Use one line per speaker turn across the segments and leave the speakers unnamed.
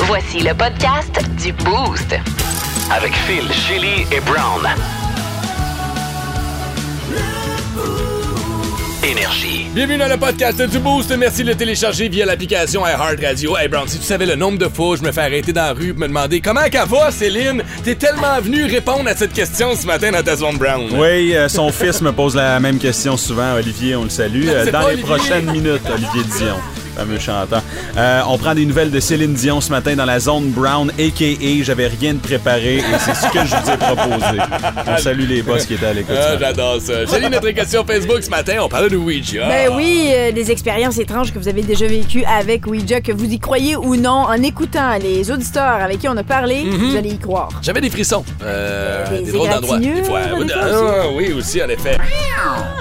Voici le podcast du Boost.
Avec Phil, Chili et Brown. Énergie.
Bienvenue dans le podcast du Boost. Merci de le télécharger via l'application iHeartRadio. Hey Brown, si tu savais le nombre de fois où je me fais arrêter dans la rue pour me demander comment qu'elle va, Céline, t'es tellement venu répondre à cette question ce matin dans ta zone Brown.
Oui, euh, son fils me pose la même question souvent, Olivier, on le salue. Euh,
c'est
dans
pas
les
Olivier.
prochaines minutes, Olivier Dion, fameux chanteur. Euh, on prend des nouvelles de Céline Dion ce matin dans la zone Brown, a.k.a. J'avais rien de préparé et c'est ce que je vous ai proposé. On salue les boss qui étaient à l'écoute. ce
Ah,
matin.
J'adore ça. J'ai lu notre question Facebook ce matin, on parlait de Ouija.
Ben oui, euh, des expériences étranges que vous avez déjà vécues avec Ouija, que vous y croyez ou non, en écoutant les auditeurs avec qui on a parlé,
Mhm.
vous allez y croire.
J'avais des frissons. Euh,
Des
drôles d'endroits. Des fois.
égratignures, des
Ah,
fois
oui, aussi, en effet.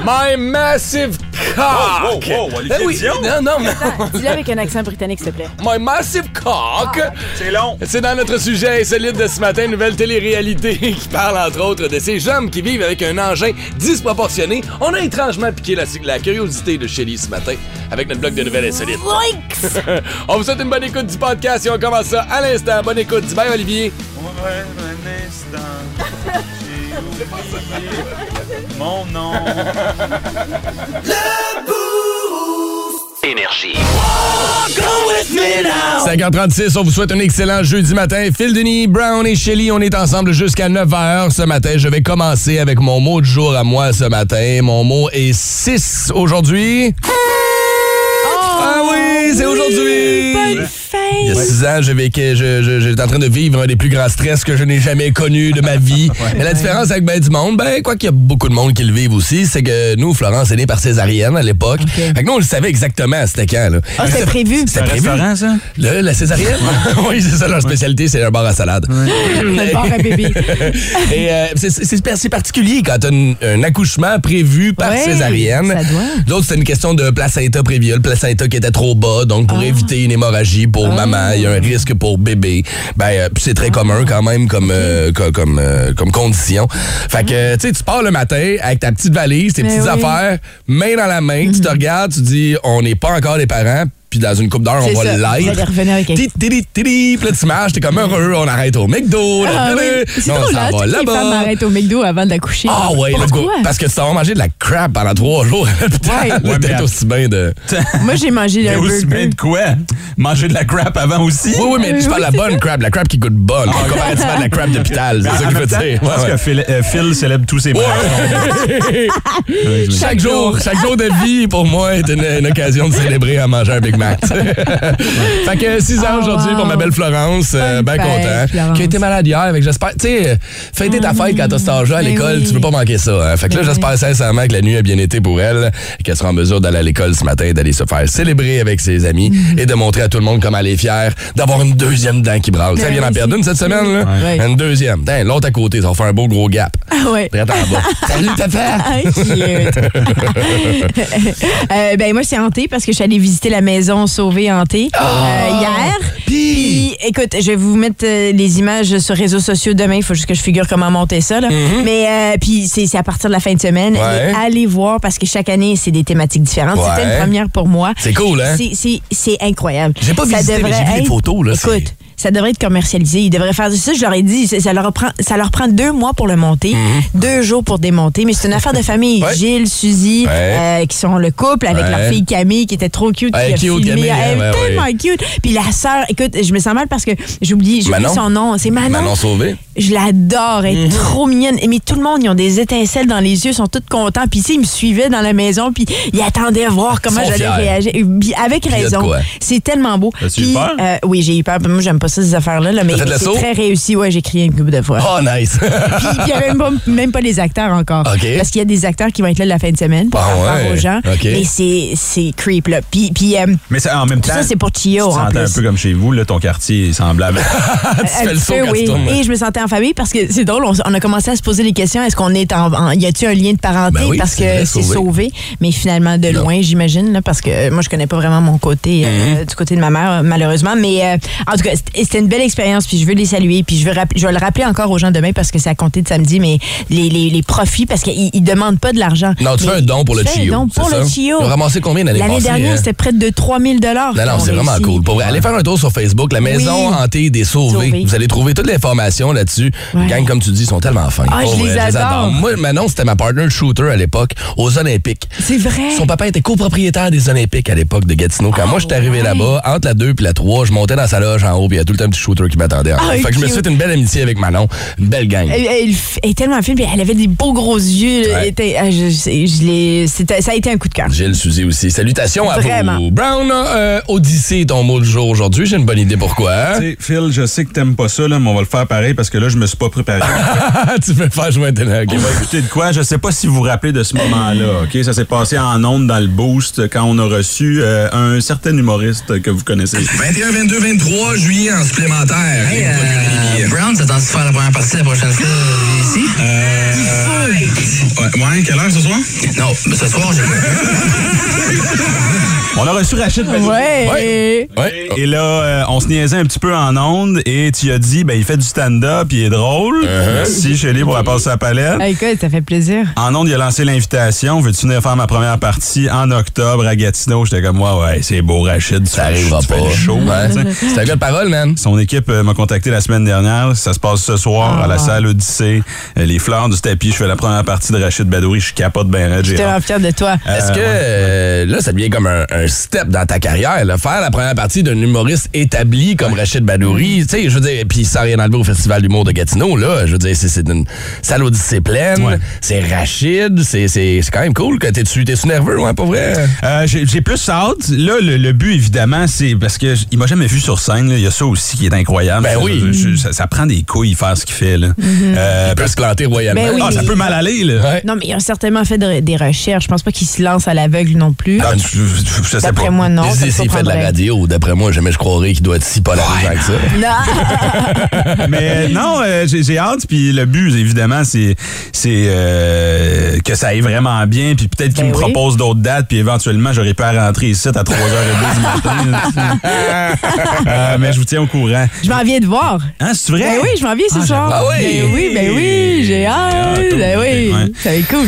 My massive cock!
Wow, wow, wow, Olivier
Ben oui,
Dion.
Non, non, non.
Dis-le avec un accent britannique, s'il te plaît.
My massive cock!
Ah.
C'est long.
C'est dans notre sujet insolite de ce matin, nouvelle télé-réalité qui parle entre autres de ces jeunes qui vivent avec un engin disproportionné. On a étrangement piqué la, la curiosité de Shelly ce matin avec notre bloc de nouvelles insolites. on vous souhaite une bonne écoute du podcast et on commence ça à l'instant. Bonne écoute, dis bye Olivier.
Mon nom.
Énergie.
5h36, on vous souhaite un excellent jeudi matin. Phil Denis, Brown et Shelly, on est ensemble jusqu'à 9h ce matin. Je vais commencer avec mon mot du jour à moi ce matin. Mon mot est 6 aujourd'hui. ah oui, c'est aujourd'hui!
Bonne fête!
Il y a six ans, je vécu- je- je- j'étais en train de vivre un des plus grands stress que je n'ai jamais connu de ma vie. Mais la différence avec ben du monde, ben, quoi qu'il y a beaucoup de monde qui le vivent aussi, c'est que nous, Florence est née par césarienne à l'époque. Fait que nous, on le savait exactement c'était quand. Là.
Ah, c'était prévu.
C'était
Un
prévu.
restaurant, ça?
Le- la césarienne? oui, c'est ça, leur spécialité, c'est un bar à salade.
Le bord à bébé.
Et euh, c'est- c'est c'est assez particulier quand t'as une- un accouchement prévu par
Ouais,
césarienne.
ça doit.
L'autre, c'était une question de placenta prévia, le placenta qui était trop bas, donc
Ah.
pour éviter une hémorragie pour maman, il y a un risque pour bébé. Ben, euh, puis c'est
Ah.
très commun quand même comme, euh, co- comme, euh, comme condition. Fait
Ah.
que, tu sais, tu pars le matin avec ta petite valise, tes
Ben
Mais
petites
oui.
affaires, main dans la main,
Mhm.
tu te regardes, tu dis, on n'est pas encore des parents, puis dans une coupe d'heure, on
C'est
va
ça.
l'être.
Vous allez revenir avec un
Ti- tiri- tiri. Puis là, tu marches, t'es comme heureux, on arrête au McDo.
Ah
là, là, là.
oui, c'est
Non, on
drôle,
s'en
hein,
là.
va
Toutes les femmes
là-bas.
arrêtent au McDo avant d'accoucher.
Ah ouais, let's go.
Pourquoi?
Parce que tu t'en vas manger de la crap pendant trois jours.
Ouais.
Peut-être
Ouais, mais att-
aussi bien de.
Moi, j'ai mangé
Mais
un
aussi bien
burger.
de quoi? Manger de la crap avant aussi?
Oui, oui, mais je parle de la bonne crap, la crap qui goûte bonne. Comparativement de la crap d'hôpital, c'est ça
Ah, En
que je veux
même temps,
dire.
Je pense
Ouais, ouais.
que Phil, euh, Phil célèbre tous ses marathons.
Chaque jour, chaque jour de vie pour moi est une, une occasion de célébrer en mangeant un Big Mac. tu sais. fait que 6 ans
Oh,
aujourd'hui
wow.
pour ma belle Florence, euh,
Bonne fête,
ben content.
Florence. Ah,
Qui a été malade hier, avec j'espère. Tu sais, euh, fêter ta fête quand t'as cet âge-là à
Ben
l'école,
oui.
tu peux pas manquer ça. hein. Fait que là,
Ben
j'espère sincèrement que la nuit a bien été pour elle, et qu'elle sera en mesure d'aller à l'école ce matin, d'aller se faire célébrer avec ses amis
Mm-hmm.
et de montrer à tout le monde comment elle est fière d'avoir une deuxième dent qui brasse. Ça
Ben
vient d'en
oui,
perdre
c'est
une cette semaine, là.
Ouais.
Une deuxième. Tain, L'autre à côté, ça va faire un beau gros gap.
Ah ouais.
Prête en bas. Salut, papa!
Ah, cute.
Euh, ben moi, c'est hanté parce que je suis allée visiter la maison sauvée hantée
Ah.
euh, hier.
Puis,
Puis, écoute, je vais vous mettre euh, les images sur réseaux sociaux demain. Il faut juste que je figure comment monter ça. là. Mais euh, puis, c'est c'est à partir de la fin de semaine.
Mm-hmm. Ouais.
Et allez voir parce que chaque année, c'est des thématiques différentes.
Ouais.
C'était une première pour moi.
C'est cool, hein?
C'est- C'est c'est incroyable.
J'ai pas
ça
visité, mais
devrait
j'ai vu les
être-
photos, là,
Écoute, ça devrait être commercialisé. Ils devraient faire ça. Je leur ai dit, ça ça leur prend, ça leur prend deux mois pour le monter, deux jours pour démonter. Mais c'est une affaire de famille.
Mm-hmm. Ouais.
Gilles, Suzy,
Ouais.
euh, qui sont le couple avec
Ouais.
leur fille Camille, qui était trop cute.
Ouais,
qui a
cute,
filmé.
Camille, hein,
Elle est
ouais,
tellement
ouais.
cute. Puis la sœur, écoute, je me sens mal parce que j'oublie, j'oublie
Manon?
son nom. C'est Manon.
Manon Mm-hmm. Sauvé.
Je l'adore, elle est trop mignonne. Mais tout le monde, ils ont des étincelles dans les yeux, ils sont tous contents. Puis, tu sais, ils me suivaient dans la maison, puis ils attendaient à voir comment
Ils sont
j'allais
fiers.
réagir. Puis avec
Puis il y a de
raison.
quoi.
C'est tellement beau.
T'as-tu eu
Puis,
peur?
euh, oui, j'ai eu peur. Moi, j'aime pas ça, ces affaires-là. là, mais
fait de l'assaut?
c'est très réussi. Ouais, j'ai crié une couple de fois.
Oh, nice!
Puis, puis il y a même pas, même pas les acteurs encore.
OK.
Parce qu'il y a des acteurs qui vont être là la fin de semaine pour
Ah
faire peur
ouais.
aux gens.
OK.
Mais c'est, c'est creep, là. Puis, puis euh,
Mais ça, en même temps,
ça, c'est pour
tu te
Chio, en
sentais
plus.
un peu comme chez vous, là, ton quartier est semblable.
tu fais le
petit
saut
peu,
quand tu
oui.
tournes.
Et je me sentais en famille parce que c'est drôle, on, s- on a commencé à se poser les questions. Est-ce qu'on est en, en- y a-t-il un lien de parenté
Ben oui,
parce
c'est vrai,
que c'est
sauvé.
sauvé, mais finalement de
Non.
loin, j'imagine, là, parce que euh, moi je connais pas vraiment mon côté euh,
Mm-hmm.
du côté de ma mère euh, malheureusement, mais euh, en tout cas c'était c'était une belle expérience puis je veux les saluer puis je veux rapp- je vais le rappeler encore aux gens demain parce que c'est à compter de samedi, mais les, les- les profits parce qu'ils ils demandent pas de l'argent.
Non, tu
Mais
fais un don pour le
tu fais un
Chio.
don
c'est
pour
ça?
le Chio.
Ils ont ramassé combien l'année
L'année
passée?
dernière
hein?
c'était près de 3000 dollars.
Non, non, c'est vraiment cool. Pour vrai, allez faire un tour sur Facebook, La Maison
Oui.
Hantée des Sauvés.
Sauvés.
Vous allez trouver toute l'information là-dessus.
Ouais.
Gang, comme tu dis, ils sont tellement fins.
Ah, je
Pour
les
vrai,
adore.
Moi, Manon, c'était ma partner de shooter à l'époque, aux Olympiques.
C'est vrai.
Son papa était copropriétaire des Olympiques à l'époque de Gatineau. Quand moi, je suis arrivé
Ah, ouais.
là-bas, entre la 2 et la 3, je montais dans sa loge en haut, puis il y a tout le temps un petit shooter qui m'attendait. en haut.
Ah,
fait que je me suis
cute.
fait une belle amitié avec Manon. Une belle gang.
Elle, elle f- elle est tellement fine, puis elle avait des beaux gros yeux. là.
Ouais.
Elle était- ah, je- je- je l'ai- c'était- ça a été un coup de cœur.
Gilles Suzy aussi. Salutations à
Vraiment.
vous. Brown, euh, Odyssée est ton mot du jour aujourd'hui. J'ai une bonne idée pourquoi.
Tu sais, Phil, je sais que t'aimes pas ça, là, mais on va le faire pareil parce que là, je me suis pas préparé.
tu veux faire jouer un télé- ok,
On va écouter de quoi? Je sais pas si vous vous rappelez de ce moment-là, OK? Ça s'est passé en ondes dans le Boost quand on a reçu euh, un certain humoriste que vous connaissez.
21, 22, 23 juillet en supplémentaire. Hey, euh, Brown, t'attends de faire la première partie la prochaine fois euh, ici? Euh, ouais, ouais, quelle heure ce soir? Non, mais ce soir, je...
On a reçu Rachid Badouri.
Ouais.
Ouais. Ouais.
Et là, euh, on se niaisait un petit peu en ondes et tu as dit, ben, il fait du stand-up, il est drôle. Merci, Chélie, pour la passe à la palette.
Ah, écoute, ça fait plaisir.
En ondes, il a lancé l'invitation. Veux-tu venir faire ma première partie en octobre à Gatineau? J'étais comme, ouais, ouais, c'est beau, Rachid.
Ça arrivera pas.
Chaud,
Ouais. Oh. C'est un gars de parole, man.
Son équipe euh, m'a contacté la semaine dernière. Ça se passe ce soir
Ah.
à la salle Odyssée. Euh, Les fleurs du tapis. Je fais la première partie de Rachid Badouri. Je capote bien raide.
Je
j'ai
suis tellement
hâte.
fière de toi.
Est-ce que euh, là, ça devient comme un, un step dans ta carrière, là, faire la première partie d'un humoriste établi comme Rachid Badouri, tu sais, je veux dire, puis sans rien enlever au Festival d'humour de Gatineau, là, je veux dire, c'est- c'est une salle aux disciplines, c'est Rachid, c'est c'est- c'est quand même cool que t'es-tu t'es-tu nerveux, ouais, pas vrai?
Euh, j'ai j'ai plus hâte. Là, le, le but, évidemment, c'est parce que j- il m'a jamais vu sur scène. là. Il y a ça aussi qui est incroyable.
Ben
Je-
oui.
je- je- ça, ça prend des couilles faire ce qu'il fait. Là. Euh,
Il peut se planter royalement.
Ben Mm-hmm. oui.
ah, ça peut mal aller. Là.
Ouais.
Non, mais ils ont certainement fait de- des recherches. Je pense pas qu'ils se lancent à l'aveugle non plus.
Ah, tu- je sais pas.
D'après moi, non.
Mais
ça me
s'il fait de la
surprendrait.
radio, d'après moi, jamais je croirais qu'il doit être si polarisant que ça.
Non.
Mais euh, non, euh, j'ai j'ai hâte. Puis le but, évidemment, c'est c'est euh, que ça aille vraiment bien. Puis peut-être qu'il
Ben
me
oui.
propose d'autres dates. Puis éventuellement, j'aurais pu à rentrer ici à 3h30 du matin. Euh, mais je vous tiens au courant.
je m'en viens de voir.
Hein, c'est vrai?
Ben oui, je m'en viens ce
Ah,
soir.
j'avoue. Ah oui.
Ben oui, ben oui, j'ai hâte.
hâte,
Ben oui,
ouais.
ça va être cool.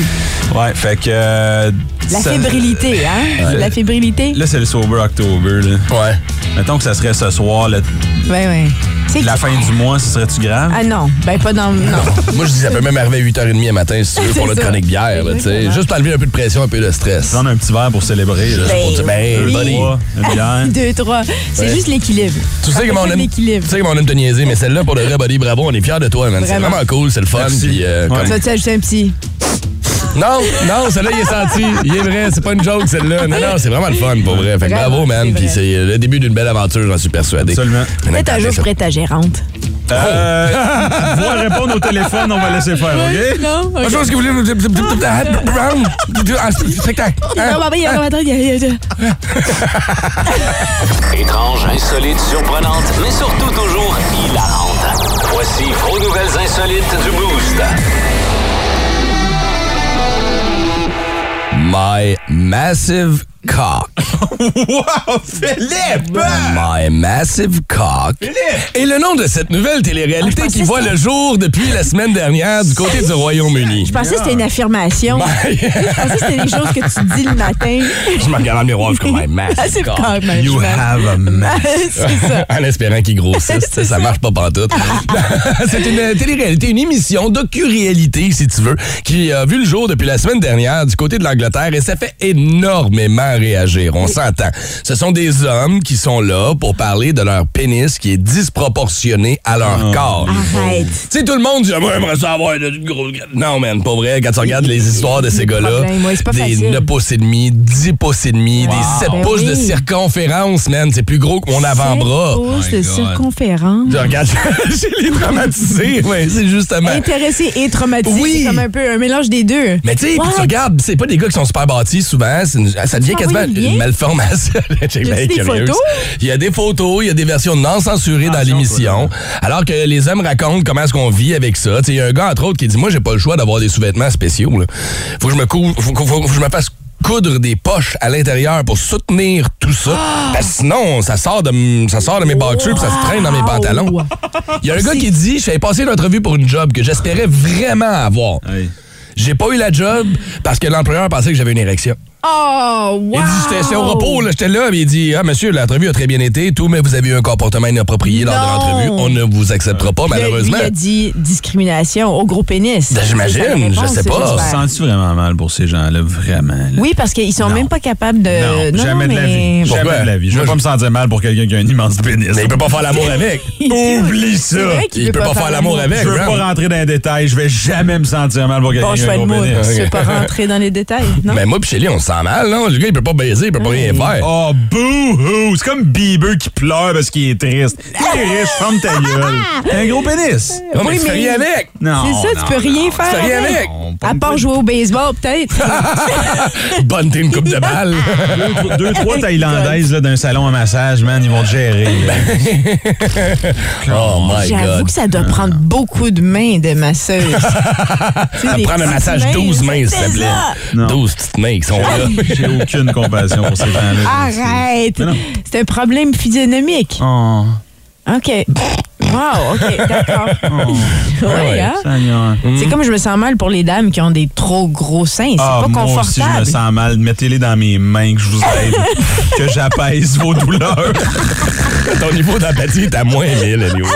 Ouais, fait que. euh,
La
ça-
fébrilité, hein? La fébrilité.
Là, c'est le Sober October. Là.
Ouais.
Mettons que ça serait ce soir, le-
Ben oui. C'est
la
qui-
fin du mois, ce serait-tu grave?
Ah non, ben pas dans... Non.
Moi, je dis, ça peut même arriver à 8h30 le matin, si tu veux, pour
C'est
notre
ça.
chronique bière, là, tu sais.
Exactement.
Juste pour enlever un peu de pression, un peu de stress.
Prendre un petit verre pour célébrer. Là.
Juste pour dire, ben,
Deux,
buddy.
trois, une bière.
Deux, trois. C'est
Ouais.
juste l'équilibre. Ah,
Tu sais comment on aime, tu
L'équilibre.
sais comment on aime te niaiser, mais celle-là, pour le vrai, buddy, bravo, on est fiers de toi, man. C'est
Vraiment.
vraiment cool, c'est le fun.
Merci.
puis, euh,
Ouais.
comme-
Tu vas-tu ajouter un petit...
Non, non, celle-là, il est senti. Il est vrai, c'est pas une joke, celle-là. Non, non, c'est vraiment le fun, pour vrai. Fait que
Vraiment,
bravo, man.
c'est
Puis
vrai.
c'est euh, le début d'une belle aventure, j'en suis persuadé.
Absolument.
Maintenant,
Peut-être un jour,
ça-
je ferai ta gérante.
Euh, pouvoir répondre au téléphone, on va laisser faire, OK?
Non,
Autre
ok.
chose que vous voulez. Brown, en spectacle. hein?
Non, papa, il y a dans ma tête, il y a- il y a-
Étrange, insolite, surprenante, mais surtout toujours hilarante. Voici vos nouvelles insolites du Boost.
My massive cock.
Wow, Philippe!
My Massive Cock. Et le nom de cette nouvelle télé-réalité
Ah, je pensais
qui voit
ça.
le jour depuis la semaine dernière du côté du Royaume-Uni.
Je pensais que c'était
Ah.
une affirmation.
Bah.
Je pensais que c'était des choses que tu dis le matin.
Je me regarde dans le miroir, je suis comme My Massive
Ah, c'est
Cock.
quand même.
You
je pense.
have a man.
C'est ça.
en espérant qu'il grossisse. ça, ça marche pas pantoute. C'est une euh, télé-réalité, une émission docu-réalité, si tu veux, qui a vu le jour depuis la semaine dernière du côté de l'Angleterre et ça fait énormément réagir. On s'entend. Ce sont des hommes qui sont là pour parler de leur pénis qui est disproportionné à leur corps.
Arrête.
Tu sais, tout le monde dit, Ah, moi, j'aimerais ça avoir une grosse. graine. Non, man, pas vrai. Quand tu regardes les histoires de ces gars-là,
problème, ouais, c'est pas
des
facile.
9 pouces et demi, 10 pouces et demi, des 7
Ben
pouces de
oui.
circonférence, man, c'est plus gros que mon avant-bras. Oh
Pause de
God.
circonférence.
Je regarde, j'ai les traumatisés, mais c'est justement.
Intéressé Ben. et traumatisé,
Oui.
c'est comme un peu un mélange des deux.
Mais tu sais, puis
What?
tu regardes, c'est pas des gars qui sont super bâtis souvent, c'est une- ça devient quasiment
envoyé le
une
Ah lien?
malformation. J'ai bien
des
curieuse.
photos? Ah,
Il y a des photos, il y a des versions non censurées dans l'émission. Alors que les hommes racontent comment est-ce qu'on vit avec ça. Tu sais, Il y a un gars, entre autres, qui dit Moi, j'ai pas le choix d'avoir des sous-vêtements spéciaux. là. Faut que je me cou- faut, faut- faut que je me fasse coudre des poches à l'intérieur pour soutenir tout ça.
Ah!
Parce que sinon, ça sort de, m- ça sort de mes boxers puis ça se traîne dans mes pantalons. Il y a
Ah,
un gars qui dit, je fais passer une entrevue pour une job que j'espérais vraiment avoir.
Oui.
J'ai pas eu la job parce que l'employeur pensait que j'avais une érection.
Oh, wow!
Il dit, j'étais j'étais au repos, là, j'étais là, mais il dit, ah, monsieur, l'entrevue a très bien été, tout, mais vous avez eu un comportement inapproprié lors de
Non.
l'entrevue. On ne vous acceptera pas,
Puis là,
malheureusement.
Lui, il a dit discrimination au gros pénis.
Ben, j'imagine,
C'est ça la réponse,
je sais
c'est
pas.
j'espère.
Oh, Sens-tu vraiment mal pour ces gens-là? Vraiment. là?
Oui, parce qu'ils sont même pas capables de.
Non, jamais de la vie.
mais-
Pourquoi?
Jamais de la vie. Je veux
Moi,
pas me sentir mal pour quelqu'un qui a un immense pénis.
mais il peut pas faire l'amour avec.
Oublie ça!
C'est vrai qu'il
Il peut pas faire l'amour avec.
Je veux
Brown.
pas rentrer dans les détails, je vais jamais me sentir mal pour quelqu'un
Bon
qui a
choix
un
de
gros
mots.
pénis.
Tu veux pas rentrer dans les détails, non?
Mais moi, pis chez lui, on se sent mal, non? Le gars, il peut pas baiser, il peut pas rien
Mmh.
faire.
Oh, boo-hoo! C'est comme Bieber qui pleure parce qu'il est triste. Il est riche, ferme ta gueule. T'as un gros pénis.
Non, mais
Ah! oui,
tu fais
mais-
rien avec.
Non.
C'est ça, tu
non,
peux
non.
rien
Tu fais
faire.
rien avec.
À part jouer au baseball, peut-être.
Bunter une coupe de balle.
Deux, deux, trois Thaïlandaises là, d'un salon à massage, man, ils vont te gérer. là.
oh my
J'avoue
God.
que ça doit prendre beaucoup de mains de masseuse. Tu sais, des
Prendre Ah, un
petites
massage
mains,
12 mains, s'il
c'est
te
ça.
plaît.
Non.
12 petites mains qui sont là.
J'ai aucune compassion pour ces gens-là.
Ben Arrête!
Mais non.
C'est un problème physionomique.
Oh,
OK. Wow, OK, d'accord. Ouais,
Oh. Ah ouais, Hmm.
hein?
Seigneur.
C'est comme je me sens mal pour les dames qui ont des trop gros seins. C'est
Ah,
pas
Moi aussi, je
confortable.
me sens mal. Mettez-les dans mes mains que je vous aide, que j'apaise vos douleurs.
Ton niveau d'empathie est à moins 1000, anyway.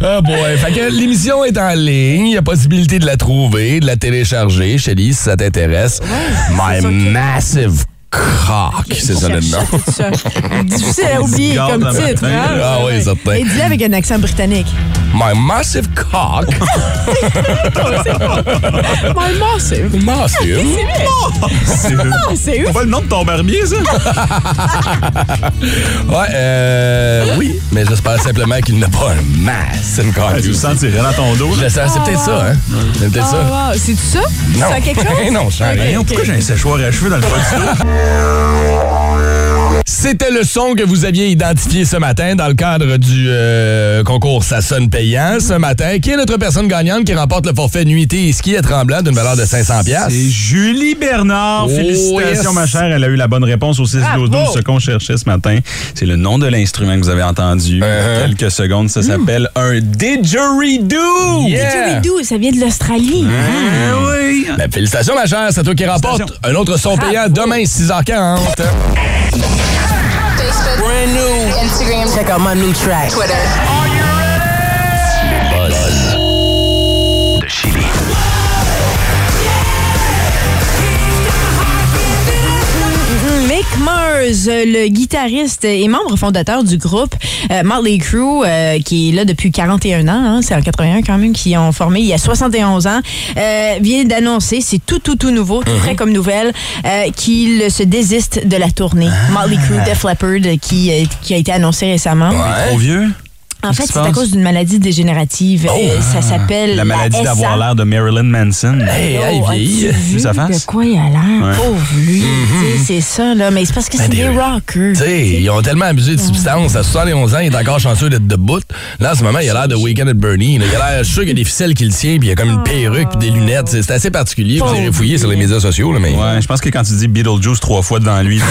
Ah boy. Fait que l'émission est en ligne. Il y a possibilité de la trouver, de la télécharger. Chélie, si ça t'intéresse. My Massive Cock. C'est ça le
Cherche
nom.
tout ça. Difficile à oublier
Garde
comme
le matin,
titre. hein?
là. Ah oui, certain.
Et dis-le avec un accent britannique.
My Massive Cock.
My massive.
Massive.
Massive.
C'est pas le nom de ton barbier, ça?
Ouais, euh, oui. Mais j'espère simplement qu'il n'a pas un Massive Cock.
Ah, Tu le sens tirer dans ton dos. là?
Je sais, c'est peut-être ça, hein? C'est peut-être
Oh,
ça.
wow. C'est-tu ça?
Non.
Ça a quelque chose?
non, je sens rien.
Voyons, Pourquoi j'ai un séchoir à cheveux dans le bas du dos?
C'était le son que vous aviez identifié ce matin dans le cadre du euh, concours Ça sonne payant ce matin. Qui est notre personne gagnante qui remporte le forfait nuitée et ski à Tremblant d'une valeur de 500 pièces
C'est Julie Bernard.
Oh,
Félicitations,
yes.
ma chère. Elle a eu la bonne réponse au 6 12 12 ce qu'on cherchait ce matin. C'est le nom de l'instrument que vous avez entendu.
Uh-huh.
Quelques secondes, ça s'appelle un didgeridoo.
Yeah!
Didgeridoo, ça vient de
Mmh.
l'Australie. Mmh.
Ah oui.
Ben, félicitations, ma chère. C'est toi qui remporte
Félicitations.
un autre son payant demain, 6h40.
Instagram. Check out my new track. Twitter.
de Chili.
Mick Mars, euh, le guitariste et membre fondateur du groupe euh, Motley Crue, euh, qui est là depuis 41 ans, hein, c'est en 81 quand même, qui ont formé il y a 71 ans, euh, vient d'annoncer, c'est tout, tout, tout nouveau,
Mmh.
tout frais comme nouvelle, euh, qu'il se désiste de la tournée
Ah.
Motley Crue Def Leppard euh, qui, euh, qui a été annoncée récemment.
Trop vieux?
En
Qu'est-ce
fait,
qui se
c'est à
passe? Oh, ah,
cause d'une maladie dégénérative. Euh, ça s'appelle
La maladie
la
d'avoir
SA.
l'air de Marilyn Manson.
Hey,
Oh,
hey,
as-tu
vieille.
vu
vu sa face?
De quoi il a l'air?
Ouais. Mhm. Ben,
Pauvre lui. Tu sais, C'est ça, là. Mais c'est parce que c'est des
des-
rockers.
Tu sais, ils ont tellement abusé de substances. À 71 ans, il est encore chanceux d'être debout. Là, en ce moment, il a l'air de Weekend at Bernie. là. Il a l'air sûr qu'il y a des ficelles qui le tiennent, puis il y a comme une
Oh.
perruque, puis des lunettes. C'est c'est assez particulier. Vous irez fouiller sur les médias sociaux, là, mais.
Ouais, je pense que quand tu dis Beetlejuice trois fois devant lui,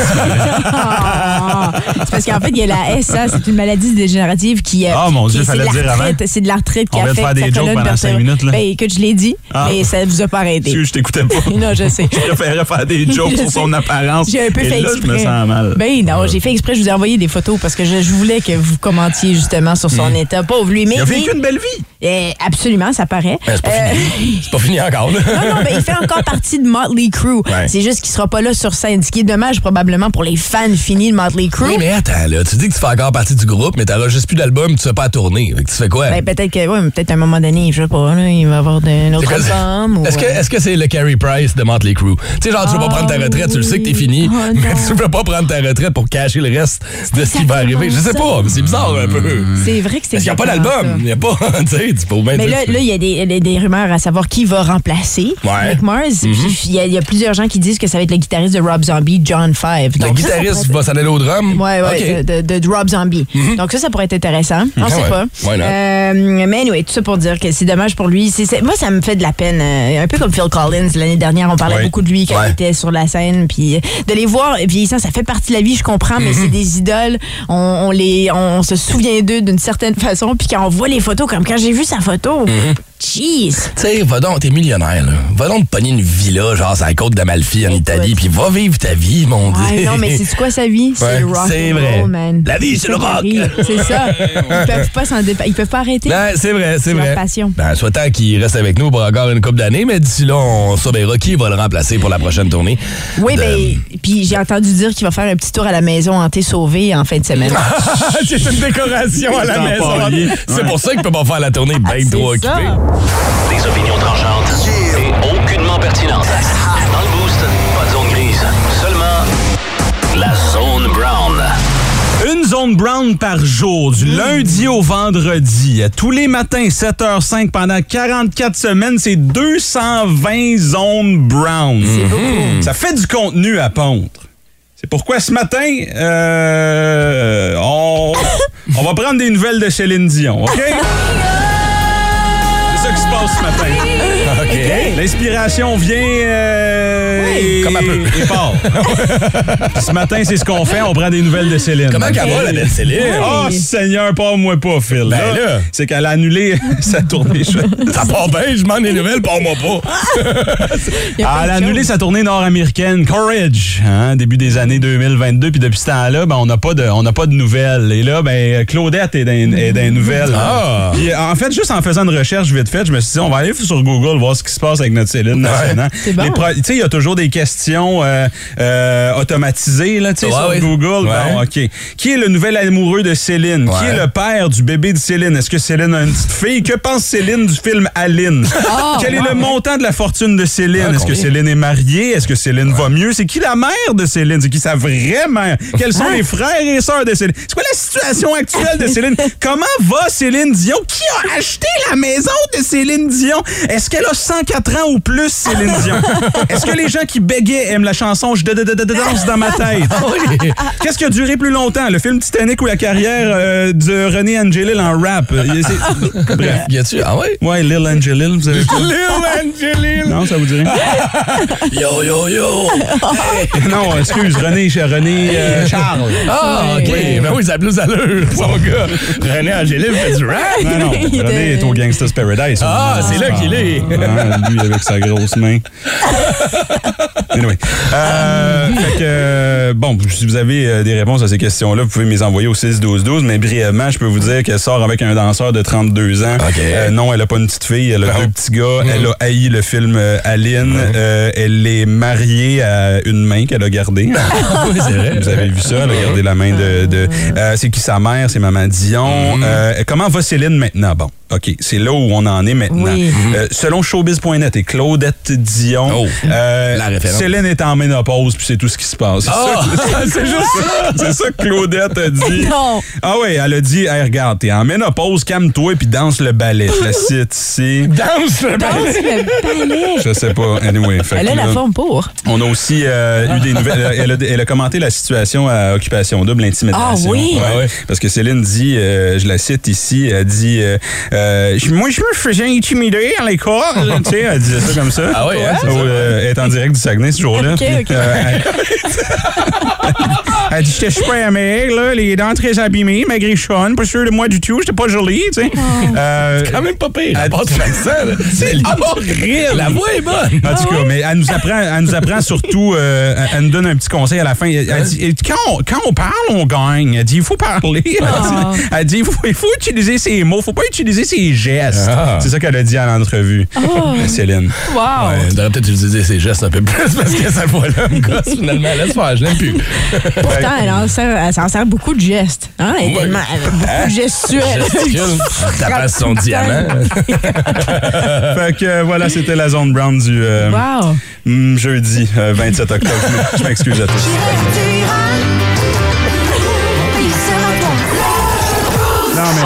Ah, c'est parce qu'en fait, il y a la SA, c'est une maladie dégénérative qui. euh,
Ah, mon Dieu,
qui- c'est
fallait
de
le dire avant.
l'arthrite- C'est de l'arthrite qui
On vient de
affecte
faire des
sa
jokes
colonne
pendant cinq
vertébrale.
minutes, là.
Ben, écoute, je l'ai dit,
Ah.
mais ça vous a pas aidé.
Dieu, je t'écoutais pas.
Non, je sais.
Je préférais faire des jokes sur son apparence.
J'ai un peu
Et
fait
là,
exprès.
je me sens mal. Euh.
Ben non, j'ai fait exprès, je vous ai envoyé des photos parce que je, je voulais que vous commentiez justement sur son état. Pauvre lui, mais.
Mhm. il a vécu
mais-
une belle vie.
Eh, absolument, ça paraît.
Ben, c'est pas
Euh,
fini. C'est pas fini encore, là.
Non, non, mais il fait encore partie de Motley Crue.
Ouais.
C'est juste qu'il sera pas là sur scène, ce qui est dommage probablement pour les fans finis de Motley Crue.
Oui, mais attends, là. Tu dis que tu fais encore partie du groupe, mais t'enregistres plus d'album, tu fais n'a pas à tourner. Fait que tu fais quoi?
Ben, peut-être que, oui, mais peut-être à un moment donné, je sais pas, là, il va avoir d'un
C'est
autre
quoi-
album. ou,
Est-ce que
euh, Ah,
est-ce que c'est le Carrie Price de Motley Crue? Tu sais, genre, tu veux pas prendre ta retraite, tu le sais que t'es fini,
Oh,
mais
non.
tu veux pas prendre ta retraite pour cacher le reste de ce qui va arriver. Je sais pas, mais c'est bizarre un peu.
C'est vrai que c'est.
Parce qu'il n'y a pas
exactement ça.
d'album. Il n'y a pas, tu sais, tu peux bien
Mais
dire-
là, là, il y a des, des- des rumeurs à savoir qui va remplacer
Ouais. Mm-hmm.
Nick Mars. Puis Il y, a- il y a plusieurs gens qui disent que ça va être le guitariste de Rob Zombie, John Five.
le guitariste va s'en aller au drum.
Ouais, ouais,
OK. Mhm.
de, de- de Rob Zombie. Donc ça, ça pourrait être intéressant. On
Ah
sait
ouais.
pas.
Why not?
Euh, mais anyway, tout ça pour dire que c'est dommage pour lui. C'est- c'est- moi, ça me fait de la peine. euh, un peu comme Phil Collins, l'année dernière, on parlait
Ouais.
beaucoup de lui quand
Ouais.
il était sur la scène. Puis euh, de les voir vieillissant, ça fait partie de la vie, je comprends, mais
Mhm.
c'est des idoles. On, on les, on, se souvient d'eux d'une certaine façon. Puis quand on voit les photos, comme quand j'ai vu sa photo,
Mhm.
jeez!
Tu sais, va donc, t'es millionnaire, là. Va donc te pogner une villa, genre, sur la côte d'Amalfi, en
Écoute.
Italie, puis va vivre ta vie, mon Dieu.
Ouais, non, mais c'est quoi sa vie? C'est
Ouais,
le rock.
c'est
and
vrai.
roll, man.
La vie, c'est le
ça
rock.
qui arrive, C'est ça. Ils peuvent pas s'en dépa- Ils peuvent pas arrêter.
Ouais, Ben, c'est vrai, c'est
C'est leur
vrai.
passion.
Ben, soit tant qu'il reste avec nous pour encore une couple d'années, mais d'ici là, on surveillera qui va le remplacer pour la prochaine tournée.
Oui,
de-
ben, puis j'ai entendu dire qu'il va faire un petit tour à la maison hantée sauvée en fin de semaine.
Ah, c'est une décoration à la
Dans
maison.
Paris.
C'est pour ça qu'il peut pas faire la tournée bien
Ah, C'est
trop
ça.
occupé.
Des opinions tranchantes et aucunement pertinentes. Dans le boost, pas de zone grise, seulement la zone brown.
Une zone brown par jour, du
Mmh.
lundi au vendredi. À Tous les matins, 7h05, pendant 44 semaines, c'est 220 zones brown.
Mmh.
Ça fait du contenu à pondre. C'est pourquoi ce matin, euh, on, on va prendre des nouvelles de Céline Dion, OK? C'est ça qui se passe ce matin.
OK.
L'inspiration vient euh, et,
comme un peu.
et part. Puis ce matin, c'est ce qu'on fait. On prend des nouvelles de Céline.
Comment qu'elle va, la belle Céline? Ah,
Oh, Seigneur, pas moi pas, Phil.
Ben là.
C'est qu'elle a annulé sa tournée. je-
Ça part bien, je m'en ai nouvelles, pour moi pas.
Il y a plein
Elle a
de
annulé
choses.
sa tournée nord-américaine, Courage, hein, début des années 2022. Puis depuis ce temps-là, ben, on n'a pas, de- on n'a pas de nouvelles. Et là, ben, Claudette est dans est dans les nouvelles.
Ah.
Puis, euh, en fait, juste en faisant une recherche vite faite, je me suis dit, on va aller sur Google voir ce qui se passe avec notre Céline nationale.
C'est bon.
Les pro- Tu sais, il y a toujours des questions euh, euh, automatisées là, tu sais,
Ouais,
sur
ouais.
Google.
Ouais.
Bon, OK. Qui est le nouvel amoureux de Céline? Qui
Ouais.
est le père du bébé de Céline? Est-ce que Céline a une petite fille? Que pense Céline du film Aline?
Oh,
Quel est le montant de la fortune de Céline?
Ah,
Est-ce que
combien?
Céline est mariée? Est-ce que Céline va mieux? C'est qui la mère de Céline? C'est qui sa vraie mère? Quels sont les frères et sœurs de Céline? C'est quoi la situation actuelle de Céline? Comment va Céline Dion? Qui a acheté la maison de Céline Dion? Est-ce qu'elle a 104 ans ou plus, Céline Dion? Est-ce que les gens qui bégaient aiment la chanson Je da- da- da- da- danse dans ma tête? Qu'est-ce qui a duré plus longtemps? Le film Titanic ou la carrière euh, de René Angelil en rap? Euh, c'est- Bref.
Y a-tu? Ah ouais?
Ouais, Lil Angelil, vous avez
Lil Angeline!
Non, ça vous dirait?
Yo, yo, yo!
non, excuse, René, cher René euh, Charles.
Ah, OK. Ben oui, ça a plus d'allure, son gars. René Angélique fait du rap.
Non, non,
Il
René
était-
est au Gangsta's Paradise.
Ah, c'est là qu'il est.
Ah, lui avec sa grosse main. Anyway. Euh, fait que, euh, bon, si vous avez euh, des réponses à ces questions-là, vous pouvez me les envoyer au 6-12-12, mais brièvement, je peux vous dire qu'elle sort avec un danseur de 32 ans.
OK. Mm.
Euh, non, elle a pas une petite fille, elle a deux petits gars. Elle a haï le film euh, Aline. Euh, elle est mariée à une main qu'elle a gardée.
Ah, oui, c'est vrai.
Vous avez vu ça, là, regardez la main de. de- euh, c'est qui sa mère, c'est Maman Dion.
Mm.
Euh, comment va Céline maintenant? Bon, OK, c'est là où on en est maintenant.
Oui.
Euh, selon showbiz.net et Claudette Dion,
Oh,
euh,
la référence.
Céline est en ménopause, puis c'est tout ce qui se passe. C'est
Ah!
ça- C'est juste ça. C'est ça que Claudette a dit.
Non.
Ah oui, elle a dit, hey, regarde, t'es en ménopause, calme-toi, puis danse le ballet. Je la cite ici.
Danse le
Oh,
ballet!
c'est le balai.
Je sais pas. Anyway, fait
Elle a
que
la
là-
forme pour.
on a aussi euh, eu des nouvelles. Elle a, elle a commenté la situation à Occupation Double, intimidation.
Ah oui?
Ouais,
Ah ouais.
Parce que Céline dit, euh, je la cite ici, elle dit euh, euh, Je- Moi, je me faisais intimider à l'école. tu sais, elle disait ça comme ça.
Ah ouais, hein, c'est ça.
euh, Elle est en direct du Saguenay ce jour-là.
Ok, ok.
Euh, elle- elle dit J'étais super maigre, là, les dents très abîmées, maigrichonne, pas sûr de moi du tout, j'étais pas jolie, tu
Oh.
sais. Euh,
Quand même pas pire. À part de l'accent, là. C'est horrible! La voix est bonne!
Ah
En tout cas, mais elle nous apprend, elle nous apprend surtout, euh, elle- elle nous donne un petit conseil à la fin. Elle, elle dit, quand on, quand on parle, on gagne. Elle dit, il faut parler.
Ah.
Elle dit, elle dit, il, faut, il faut utiliser ses mots, il faut pas utiliser ses gestes.
Ah.
Ah.
C'est ça qu'elle a dit à l'entrevue. Ah, Céline.
Wow!
Ouais, on devrait peut-être utiliser ses gestes un peu plus parce que cette fois-là, me gosse finalement. Laisse faire, je l'aime plus.
Pourtant, elle en sert, elle s'en sert beaucoup de gestes. Hein? Elle, est
Ouais.
tellement- elle a
Hein?
beaucoup de gestuels.
Gesticule, tapant sur son diamant.
Fait que euh, voilà, c'était la zone brown du euh,
Wow!
mm, jeudi euh, 27 octobre. Je m'excuse à tous. Non, mais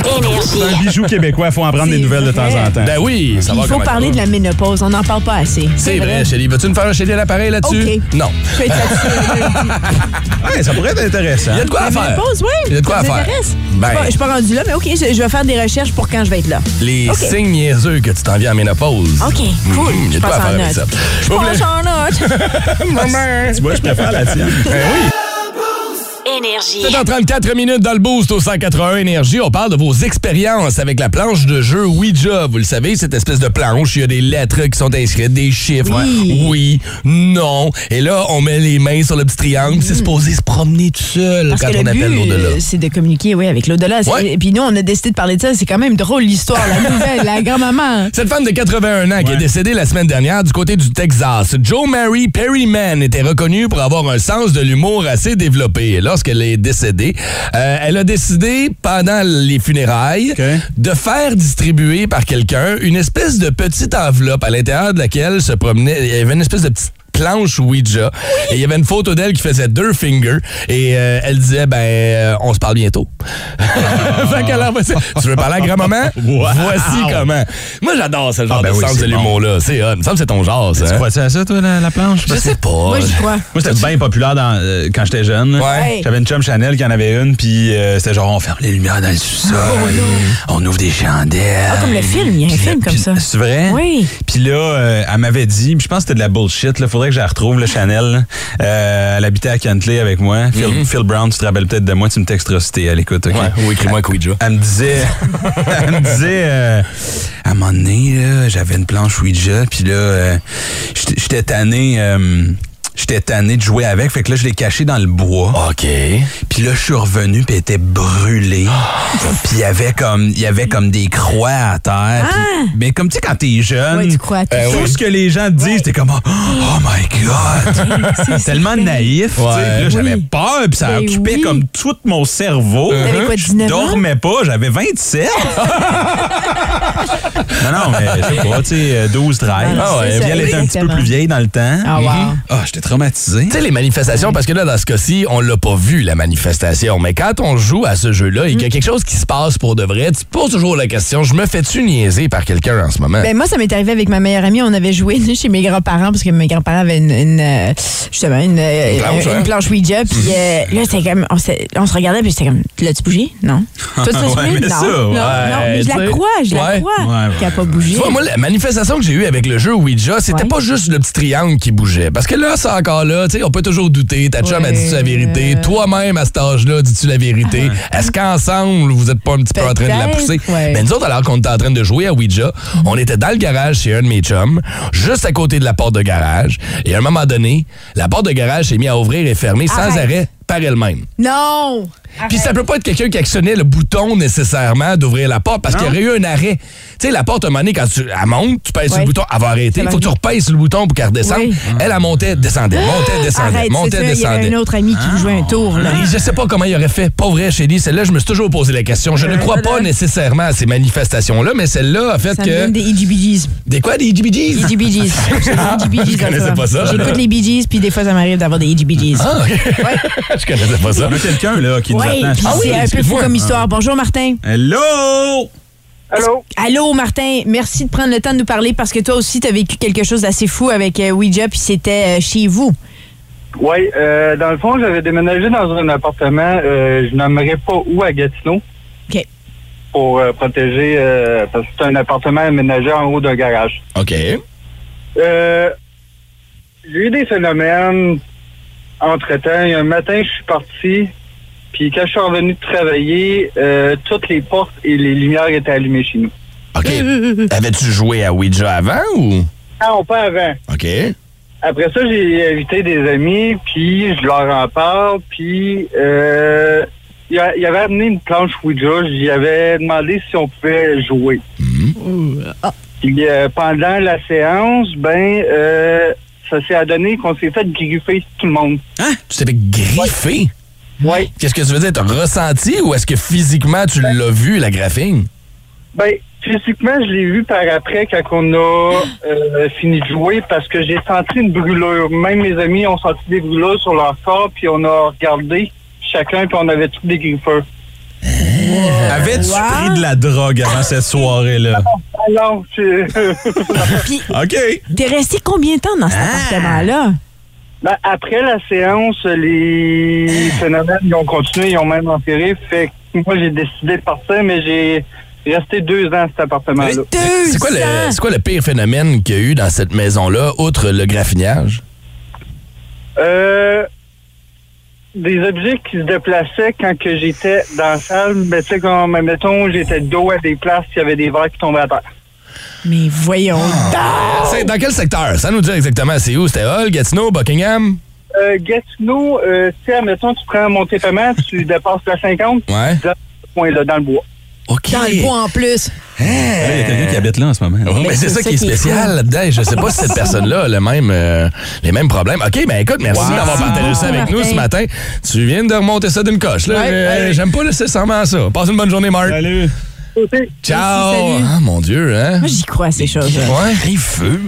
181.
c'est un bijou québécois, faut en prendre des
C'est
nouvelles de
vrai.
temps en temps.
Ben oui, ça
Puis
va
il faut
comment ça
parler
va.
de la ménopause. On n'en parle pas assez.
C'est vrai, Chélie. Veux-tu nous faire un Chélie à l'appareil là-dessus?
OK.
Non.
Je vais être fatiguée.
Ouais, ça pourrait être intéressant.
Il y a de quoi à
La
faire.
ménopause, oui.
Il y a de quoi à faire. Ben,
Je ne suis pas rendue là, mais OK, je, je vais faire des recherches pour quand je vais être là.
les
OK.
signes niaiseux que tu t'en viens en ménopause.
OK, cool.
Mhm, Il y a
Je
de quoi à
passe en
faire avec
note.
ça.
Je
Vous voulez-
pense en note.
Tu vois, je préfère la tienne.
Ben
Énergie.
7h34 minutes dans le boost au 181 Énergie. On parle de vos expériences avec la planche de jeu Ouija. Vous le savez, cette espèce de planche, il y a des lettres qui sont inscrites, des chiffres.
Oui.
Oui, non. Et là, on met les mains sur le petit triangle. C'est supposé se promener tout seul
Mm. Parce
quand
que
on
le but,
appelle l'au-delà.
euh, c'est de communiquer oui, avec l'au-delà. C'est-
Ouais.
Et puis nous, on a décidé de parler de ça. C'est quand même drôle l'histoire, la nouvelle, la grand-maman.
Cette femme de 81 ans qui est décédée la semaine dernière du côté du Texas, Joe Mary Perryman était reconnue pour avoir un sens de l'humour assez développé. Et Lorsqu'elle est décédée, euh, elle a décidé pendant les funérailles
OK.
de faire distribuer par quelqu'un une espèce de petite enveloppe à l'intérieur de laquelle se promenait, il y avait une espèce de petite planche Ouija. Et il y avait une photo d'elle qui faisait deux fingers et euh, elle disait ben euh, on se parle bientôt. Fait qu'elle envoie ça. Tu veux parler à grand-maman? Voici comment. Moi j'adore ce genre
Ah, ben
de
oui,
sens de
c'est bon.
l'humour-là. C'est hot. Il me semble que c'est ton genre, ça. hein?
Crois-tu à ça, toi, la, la planche?
Je sais pas.
Moi, j'y crois.
Moi, c'était bien populaire dans, euh, quand j'étais jeune. là.
Ouais.
J'avais une chum Chanel qui en avait une, puis euh, c'était genre, on ferme les lumières dans le sous-sol, on ouvre des chandelles.
Oh, Ah, comme le film, il y a un
Puis-
film comme
puis-
ça.
C'est vrai?
Oui.
Puis là, euh, elle m'avait dit, puis je pense que c'était de la bullshit, là, faudrait que je la retrouve, le Chanel. là. Euh, elle habitait à Cantley avec moi. Phil, Phil Brown, tu te rappelles peut-être de moi, tu me texteras si t'es à l'écoute, OK?
Mm-hmm. Ouais, ou écris-moi un Ouija.
Elle me disait, elle me disait, euh, à un moment donné, là, j'avais une planche Ouija, puis là, euh, j'étais j'étais tanné, euh, j'étais tanné de jouer avec, fait que là, je l'ai caché dans le bois.
OK.
Puis là, je suis revenu, puis elle était brûlée. puis il y avait comme, il y avait comme des croix à terre. puis- mais comme tu sais, quand t'es jeune,
Ah!
euh,
Ouais, tu crois à tout.
tout
oui.
ce que les gens te disent, t'es comme, oh, oh my god,
C'est
tellement naïf. tu sais.
Ouais.
Puis là, j'avais
Oui.
peur, puis ça
Ben
occupait
oui.
comme tout mon cerveau. Uh-huh.
T'avais quoi,
Je
19 ans?
dormais pas, j'avais 27. non, non, mais je sais pas, tu sais, euh, 12, 13.
Ah ouais,
Puis elle était un petit peu
exactement.
plus vieille dans le temps.
Ah, wow.
Mhm. Ah, j'étais traumatisé.
Tu sais, les manifestations, parce que là, dans ce cas-ci, on l'a pas vu, la manifestation. Mais quand on joue à ce jeu-là et qu'il y a quelque chose qui se passe pour de vrai, tu te poses toujours la question, je me fais-tu niaiser par quelqu'un en ce moment?
Ben moi, ça m'est arrivé avec ma meilleure amie. On avait joué nous, chez mes grands-parents parce que mes grands-parents avaient une, une, euh, justement une, euh, une
planche,
planche,
hein?
Ouija. Puis euh, là, c'était comme on, s'est- on se regardait puis c'était comme l'as-tu bougé Non. Toi, tu as
Ouais, mais
bougé Non.
ça,
non,
ouais,
non, mais je
tu sais.
la crois, je
Ouais.
la crois
Ouais,
qu'elle n'a pas bougé.
Tu vois, moi, la manifestation que j'ai eue avec le jeu Ouija, c'était
Ouais.
pas juste le petit triangle qui bougeait. Parce que là, c'est encore là, tu sais, on peut toujours douter. Ta chum a
Ouais. Ah.
dit-tu la vérité? Toi-même, à cet âge-là, dis-tu la vérité? Est-ce qu'ensemble, vous êtes pas un petit peu en train de la
Peut-être,
pousser?
ouais.
Mais nous autres, alors qu'on était en train de jouer à Ouija, on était dans le garage chez un de mes chums, juste à côté de la porte de garage. Et à un moment donné, la porte de garage s'est mise à ouvrir et fermer sans
Arrête.
arrêt par elle-même.
Non.
Puis ça peut pas être quelqu'un qui actionnait le bouton nécessairement d'ouvrir la porte parce qu'il y aurait eu un arrêt. Tu sais, la porte, à un moment donné, quand tu elle monte, tu pèses sur le
Ouais.
bouton, elle va arrêter. Il
va
faut que tu
arriver.
repèses sur le bouton pour qu'elle redescende.
Oui. Ah!
Elle, elle montait, descendait, montait, descendait,
Arrête, c'est
montait,
ça, il y avait
descendait. Ah,
un autre Ah! ami qui jouait un tour. Là.
Et je sais pas comment il aurait fait. Pas vrai, Chélie. Celle-là, je me suis toujours posé la question. Je ne crois pas nécessairement à ces manifestations-là, mais celle-là a fait
Ça me
que.
donne des EGBGs.
Des quoi, des GBGs?
EGBGs.
Je connaissais pas ça.
J'écoute les Bee Gees, puis des fois, ça m'arrive d'avoir des EGBGs.
Ah, ok. je connaissais pas ça.
Il y a quelqu'un là qui
Ouais,
nous attend.
puis
Ah oui,
c'est un peu fou
excuse-moi.
comme histoire. Bonjour, Martin.
Hello!
Allô, Martin. Merci de prendre le temps de nous parler parce que toi aussi, tu as vécu quelque chose d'assez fou avec euh, Ouija, puis c'était euh, chez vous.
Oui, euh, dans le fond, j'avais déménagé dans un appartement, euh, je n'aimerais pas où à Gatineau.
OK.
Pour euh, protéger, euh, parce que c'est un appartement aménagé en haut d'un garage.
OK.
Euh, j'ai eu des phénomènes entre-temps. Il y a Un matin, je suis parti, puis quand je suis revenu de travailler, euh, toutes les portes et les lumières étaient allumées chez nous.
OK. Avais-tu joué à Ouija avant ou.
Ah, on pas avant.
OK.
Après ça, j'ai invité des amis, puis je leur en parle, puis euh, il y a- il y avait amené une planche Ouija, j'y avais demandé si on pouvait jouer. Puis euh, pendant la séance, ben, euh, ça s'est adonné qu'on s'est fait griffer tout le monde.
Tu t'es fait griffer?
Oui.
Qu'est-ce que tu veux dire? T'as ressenti ou est-ce que physiquement tu l'as vu, la graphine?
Ben, physiquement, je l'ai vu par après quand on a euh, fini de jouer parce que j'ai senti une brûlure. Même mes amis ont senti des brûlures sur leur corps, puis on a regardé chacun, puis on avait tous des griffeurs.
Avais-tu pris de la drogue avant cette soirée-là?
Ah non, c'est...
Puis,
OK.
t'es resté combien de temps dans cet
Ah.
appartement-là?
Ben, après la séance, les phénomènes ils ont continué, ils ont même empiré. Fait que moi, j'ai décidé de partir, mais j'ai resté deux ans à cet appartement-là.
Deux
C'est quoi, le,
ans!
c'est quoi le pire phénomène qu'il y a eu dans cette maison-là, outre le graffinage?
Euh, des objets qui se déplaçaient quand que j'étais dans la salle. Mais tu sais, quand, ben, mettons, j'étais dos à des places, il y avait des verres qui tombaient à terre.
Mais voyons
Ah, C'est- Dans quel secteur? Ça nous dit exactement c'est où? C'était Hull, Gatineau, Buckingham?
Euh, Gatineau, euh, tu sais, mettons, tu prends Montépément, tu dépasses la 50,
Ouais.
dans ce point-là, ah, dans le bois.
OK.
Dans le Ben, bois en plus.
Il y a quelqu'un qui habite là en ce moment. hein?
Ouais, Oh, mais c'est ça, qui est spécial là-dedans. Je sais pas si cette personne-là a le même, euh, les mêmes problèmes. OK, ben écoute, merci d'avoir partagé ça avec
Martin.
nous ce matin. Tu viens de remonter ça d'une coche. là.
Ouais.
Euh, J'aime pas nécessairement ça. Passe une bonne journée, Marc.
Salut.
Ciao.
Merci, salut.
Ah, mon Dieu, hein?
Moi, j'y crois, ces choses hein.
Ouais.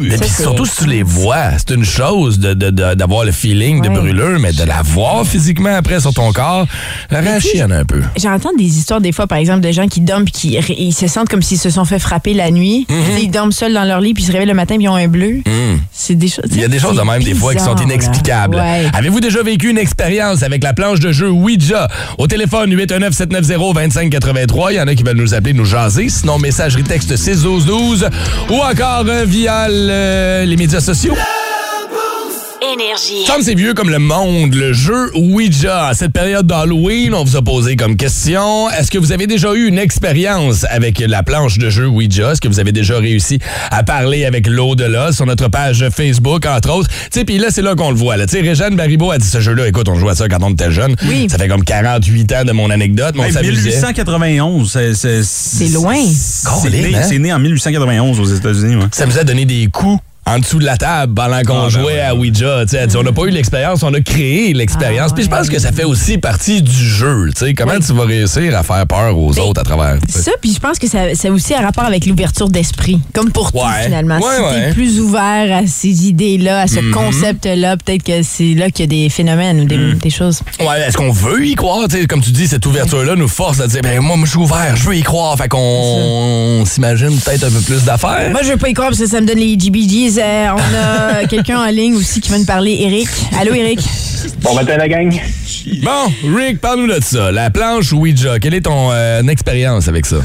Mais puis
c'est-
surtout si tu les vois, c'est une chose de- de- de- d'avoir le feeling de
Ouais.
brûlure, mais de la voir physiquement après sur ton corps, la rachienne un peu.
J'entends des histoires des fois, par exemple, de gens qui dorment puis qui ré- ils se sentent comme s'ils se sont fait frapper la nuit.
Mhm.
Ils dorment seuls dans leur lit puis ils se réveillent le matin puis ils ont un bleu. C'est des choses.
Il y a des choses de même des fois qui sont
bizarre, là.
inexplicables. Ah,
Ouais.
Avez-vous déjà vécu une expérience avec la planche de jeu Ouija? Au téléphone 819-790-2583, il y en a qui veulent nous appeler, nous jaser. Sinon, messagerie texte 61212 ou encore euh, via le- les médias sociaux.
Énergie.
Tom, c'est vieux comme le monde, le jeu Ouija. À cette période d'Halloween, on vous a posé comme question, est-ce que vous avez déjà eu une expérience avec la planche de jeu Ouija? Est-ce que vous avez déjà réussi à parler avec l'au-delà sur notre page Facebook, entre autres? Tu sais, puis là, c'est là qu'on le voit. là. Tu sais, Réjeanne Baribot a dit ce jeu-là, écoute, on jouait à ça quand on était jeune.
Oui.
Ça fait comme 48 ans de mon anecdote, mais on
Hey,
s'amusait.
1891, c'est- c'est c'est-
loin.
C'est
Colin,
né,
hein?
c'est né en 1891 aux États-Unis. ouais.
ça nous a donné des coups en dessous de la table pendant qu'on
ben
jouait
ouais.
à Ouija. tu sais. Elle dit, on n'a pas eu l'expérience, on a créé l'expérience.
Ah
Puis je pense
ouais.
que ça fait aussi partie du jeu. tu sais. Comment tu vas réussir à faire peur aux autres à travers? tu sais.
Ben, Ça, puis je pense que ça, ça a aussi un rapport avec l'ouverture d'esprit, comme pour tout
Ouais.
finalement.
Ouais,
si
ouais. Mhm.
t'es plus ouvert à ces idées-là, à ce concept-là, peut-être que c'est là qu'il y a des phénomènes ou des,
Mhm.
des choses.
Ouais, Est-ce qu'on veut y croire? Tu sais, comme tu dis, cette ouverture-là nous force à dire, ben, moi, moi, je suis ouvert, je veux y croire. Fait qu'on on s'imagine peut-être un peu plus d'affaires.
Moi, je veux pas y croire parce que ça me donne les GBGs. Euh, on a quelqu'un en ligne aussi qui va nous parler, Eric. Allô, Eric?
Bon matin, la gang.
Bon, Rick, parle-nous de ça. La planche Ouija, quelle est ton euh, expérience avec ça?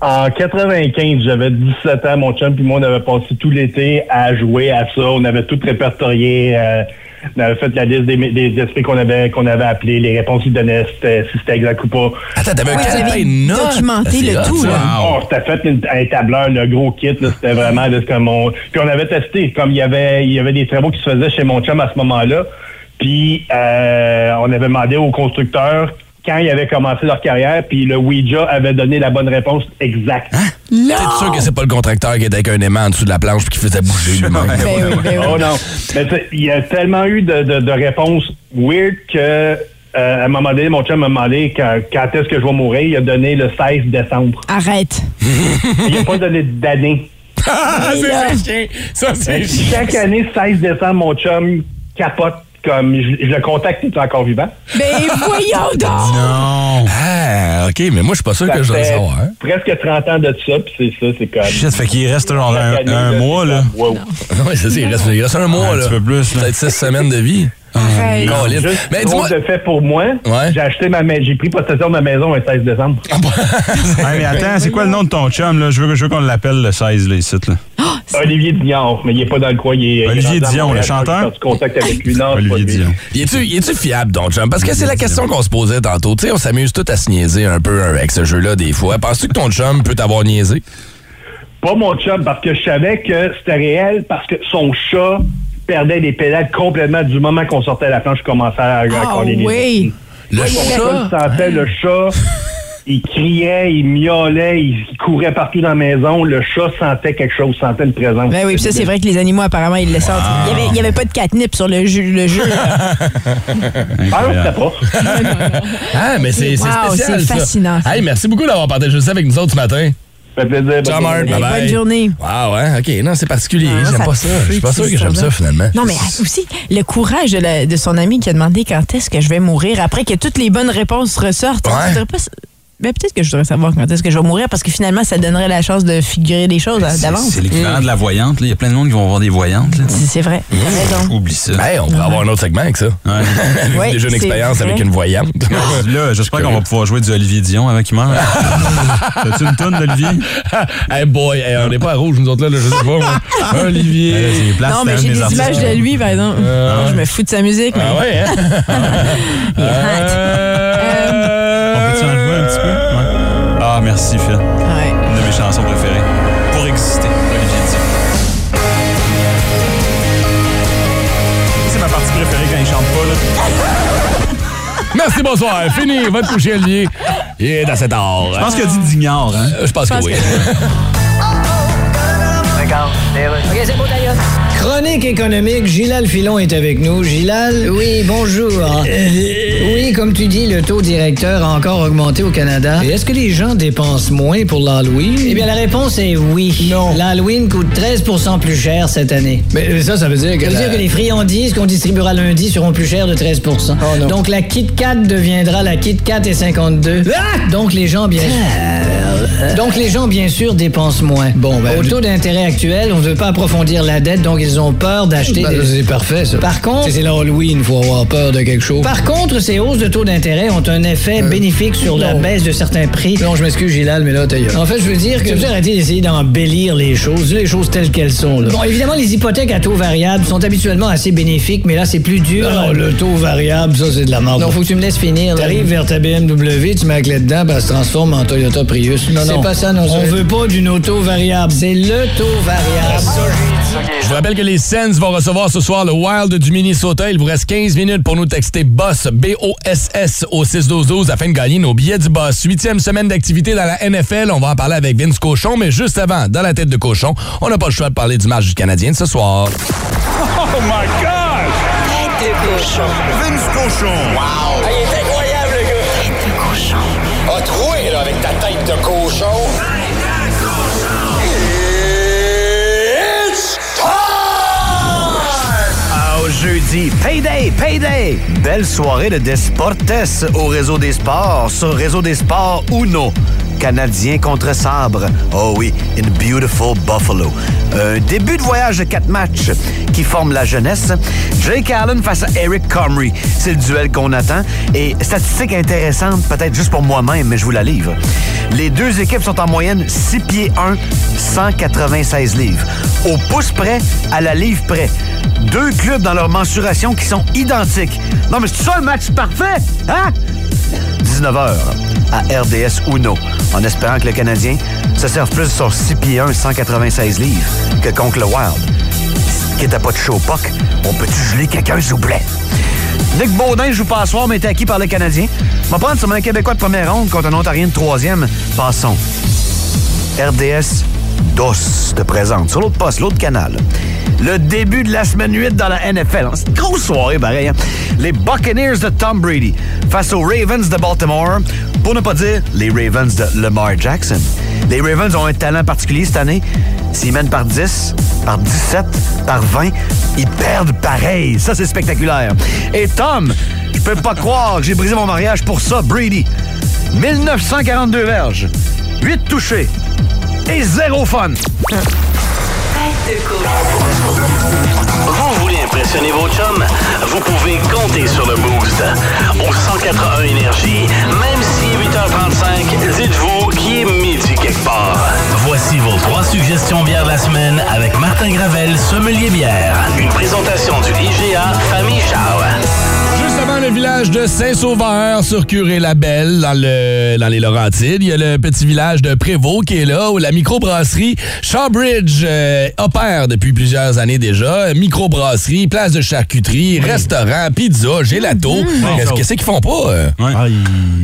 En 95, j'avais 17 ans, mon chum puis moi, on avait passé tout l'été à jouer à ça. On avait tout répertorié. euh, on avait fait la liste des, des esprits qu'on avait qu'on avait appelés, les réponses qu'ils donnaient, c'était- si c'était exact ou pas.
Attends, t'avais un
Ouais,
calepin
j'avais
de notes. Ah,
documenté
C'est
le
hot,
tout,
ça.
là.
Oh, c'était fait une- un tableur, le gros kit, là, c'était vraiment là, c'est comme on. Puis on avait testé, comme il y avait il y avait des travaux qui se faisaient chez mon chum à ce moment-là. Puis euh, on avait demandé aux constructeurs quand ils avaient commencé leur carrière, puis le Ouija avait donné la bonne réponse exacte.
T'es sûr que c'est pas le contracteur qui était avec un aimant en dessous de la planche puis qui faisait bouger lui-même?
Ben oui, ben oui.
Oh non. Mais tu sais, il y a tellement eu de, de- de réponses weird que euh, à un moment donné, mon chum m'a demandé quand, quand est-ce que je vais mourir. Il a donné le 16 décembre.
Arrête.
Il n'a pas donné d'année.
Ah, c'est chiant! Ça, Ben, c'est chiant!
Chaque année, 16 décembre, mon chum capote comme je, je le contacte, il est encore vivant.
Ben voyons donc!
Non.
Ah, OK, mais moi, je suis pas sûr
Ça
que je dois le
fait
savoir. hein.
Presque 30 ans de ça, puis c'est ça, c'est comme.
Shit, fait qu'il reste genre
chaque
un,
année,
un
là,
mois,
c'est
là.
comme, wow.
Ouais, c'est ça, il reste, il reste un mois,
Un
là.
petit peu plus, là.
Peut-être six semaines de vie.
Arrête.
Colin.
Juste
Mais
drôle
dis-moi...
de fait pour moi,
Ouais.
j'ai acheté ma ma- j'ai pris possession de ma maison le 16 décembre.
Hey, mais attends, c'est quoi le nom de ton chum, là? Je veux, je veux qu'on l'appelle le 16, là, ici, là.
Olivier Dion, mais il n'est pas dans le coin. Il est,
Olivier
il est dans-
Dion, le chanteur?
Je suis en contact avec lui. Non, c'est pas
Olivier
lui.
Dion.
Y es-tu, y es-tu fiable, donc, chum? Parce que c'est la question qu'on se posait tantôt. Tu sais, on s'amuse tout à se niaiser un peu hein, avec ce jeu-là, des fois. Penses-tu que ton chum peut t'avoir niaisé?
Pas mon chum, parce que je savais que c'était réel, parce que son chat perdait les pédales complètement du moment qu'on sortait la planche, je commençais à, à
Ah hein?
coller les
oui!
Le
Mon chum
chat?
sentait le chat il criait, il miaulait, il courait partout dans la maison. Le chat sentait quelque chose, sentait le présent.
Ben oui, puis ça, c'est vrai que les animaux, apparemment, ils le sentent.
Ah.
Il n'y avait, il y avait pas de catnip sur le jeu. Le jeu là.
Ah non, c'était pas.
Ah, mais c'est c'est
Wow,
spécial,
c'est
ça.
fascinant, ça.
Hey, merci beaucoup d'avoir partagé ça avec nous autres ce matin.
Ça fait plaisir.
Ciao, Marc.
Hey,
Bye-bye.
bonne journée.
Wow, hein? OK, non, c'est particulier.
Ah,
j'aime
ça
pas ça. Je suis pas
freak,
sûr que
cette
j'aime ça,
histoire-là.
finalement.
Non, mais ah, aussi, le courage de, la- de son ami qui a demandé quand est-ce que je vais mourir après que toutes les bonnes réponses ressortent.
Ouais.
Je voudrais pas s- Ben, peut-être que je voudrais savoir quand est-ce que je vais mourir parce que finalement, ça donnerait la chance de figurer les choses à-
C'est-
Ah, d'avance. Mm.
C'est l'équivalent de la voyante. là. Il y a plein de monde qui vont voir des voyantes. là.
C'est vrai. T'as raison.
Oublie ça.
Ben.
Hey, Ben, on pourrait avoir un autre segment avec ça.
Ouais,
Déjà une
c'est
expérience
vrai.
avec une voyante.
Là, j'espère qu'on va pouvoir jouer du Olivier Dion avant qu'il meure. T'as-tu une tonne d'Olivier?
hey boy, hey, on n'est pas à rouge, nous autres là, là, je sais pas. moi. Olivier.
Euh, C'est les places,
Non,
c'est
mais
un
j'ai
des
des
artistes.
images de lui, par exemple.
Euh.
Non, je me fous de sa musique, mais
Ah ouais, hein?
il
Ah
est hot.
Euh,
On peut-tu en jouer un petit peu? Ouais. Ah, merci, Phil.
Ouais.
Ah.
Une de mes chansons préférées. Pour exister, Olivier Dion.
C'est ma partie préférée quand il chante pas. Là.
Merci, bonsoir. Fini, va te coucher, Olivier. Il est à 7 heures.
Je pense qu'il a dit d'ignore, hein?
Euh, Je pense que oui.
Chronique économique, Gilal Filon est avec nous. Gilal. Oui, bonjour. Oui, comme tu dis, le taux directeur a encore augmenté au Canada. Et Est-ce que les gens dépensent moins pour l'Halloween? Eh bien, la réponse est oui. Non. L'Halloween coûte 13 plus cher cette année.
Mais ça, ça veut dire que.
Ça veut dire que les friandises qu'on distribuera lundi seront plus chères de 13
non.
Donc la Kit Kat deviendra la Kit Kat et 52. Donc les gens bien Donc les gens bien sûr dépensent moins.
Euh. Bon, ben,
au
je-
taux d'intérêt actuel, on ne veut pas approfondir la dette donc ils ont peur d'acheter
Ben,
des-
C'est parfait, ça.
Par contre-
C'est- C'est l'Halloween, faut avoir peur de quelque chose. Euh,
Par contre, ces hausses de taux d'intérêt ont un effet bénéfique sur la
non.
baisse de certains prix.
Non, je m'excuse, Gilal, mais là, t'as eu.
En fait, je veux dire que...
Tu veux
arrêter d'essayer d'embellir les choses, les choses telles qu'elles sont. Bon, évidemment, les hypothèques à taux variable sont habituellement assez bénéfiques, mais là, c'est plus dur.
Non, le taux variable, ça, c'est de la merde.
Non, faut que tu me laisses finir. là.
T'arrives vers ta BMW, tu mets la clé dedans, puis elle se transforme en Toyota Prius. Non,
C'est
non.
pas ça, non,
On
c'est-
veut pas d'une auto variable. Ah,
C'est le taux variable.
Je vous rappelle que les Sens vont recevoir ce soir le Wild du Minnesota. Il vous reste 15 minutes pour nous texter BOSS, B-O-S-S, au 6-12-12 afin de gagner nos billets du BOSS. Huitième semaine d'activité dans la NFL. On va en parler avec Vince Cochon, mais juste avant, dans la tête de cochon, on n'a pas le choix de parler du match du Canadien de ce soir.
Oh my God!
Vince Cochon. Wow. Ah, il est incroyable, le gars. Tête de cochon. A troué, là, avec ta tête de cochon. It's
Au jeudi, payday, payday! Belle soirée
ben,
de Desportes au Réseau des Sports, sur Réseau des Sports Uno. Canadien contre sabre. Oh oui, in beautiful Buffalo. Un début de voyage de quatre matchs qui forment la jeunesse. Jake Allen face à Eric Comrie. C'est le duel qu'on attend. Et statistique intéressante, peut-être juste pour moi-même, mais je vous la livre. Les deux équipes sont en moyenne 6 pieds 1, 196 livres. Au pouce près, à la livre près. Deux clubs dans leur mensuration qui sont identiques. Non, mais c'est ça le match parfait, hein? 19h à RDS Uno, en espérant que le Canadien se serve plus sur 6 pieds 1, 196 livres que contre le Wild. Quitte à pas de show puck, on peut-tu geler quelqu'un, s'il vous plaît? Nick Baudin joue pas à soir, mais était acquis par le Canadien. On va prendre sur un Québécois de première ronde contre un Ontarien de troisième. Passons. RDS DOS te présente sur l'autre poste, l'autre canal. Le début de la semaine 8 dans la NFL. hein. C'est une grosse soirée, pareil. hein. Les Buccaneers de Tom Brady face aux Ravens de Baltimore, pour ne pas dire les Ravens de Lamar Jackson. Les Ravens ont un talent particulier cette année. S'ils mènent par 10, par 17, par 20, ils perdent pareil. Ça, c'est spectaculaire. Et Tom, je peux pas croire que j'ai brisé mon mariage pour ça, Brady. 1942 verges, 8 touchés, et zéro fun.
Vous voulez impressionner vos chums? Vous pouvez compter sur le boost. Au 181 Énergie, même si 8h35, dites-vous qu'il est midi quelque part. Voici vos trois suggestions bières de la semaine avec Martin Gravel, Sommelier Bière. Une présentation du IGA Famille Charles.
Juste avant le village village de Saint-Sauveur sur Curé-la-Belle, dans, le, dans les Laurentides. Il y a le petit village de Prévost qui est là, où la microbrasserie Shawbridge euh, opère depuis plusieurs années déjà. Microbrasserie, place de charcuterie, restaurant, pizza, gelato. Qu'est-ce que c'est qu'ils font pas? euh? Ils font du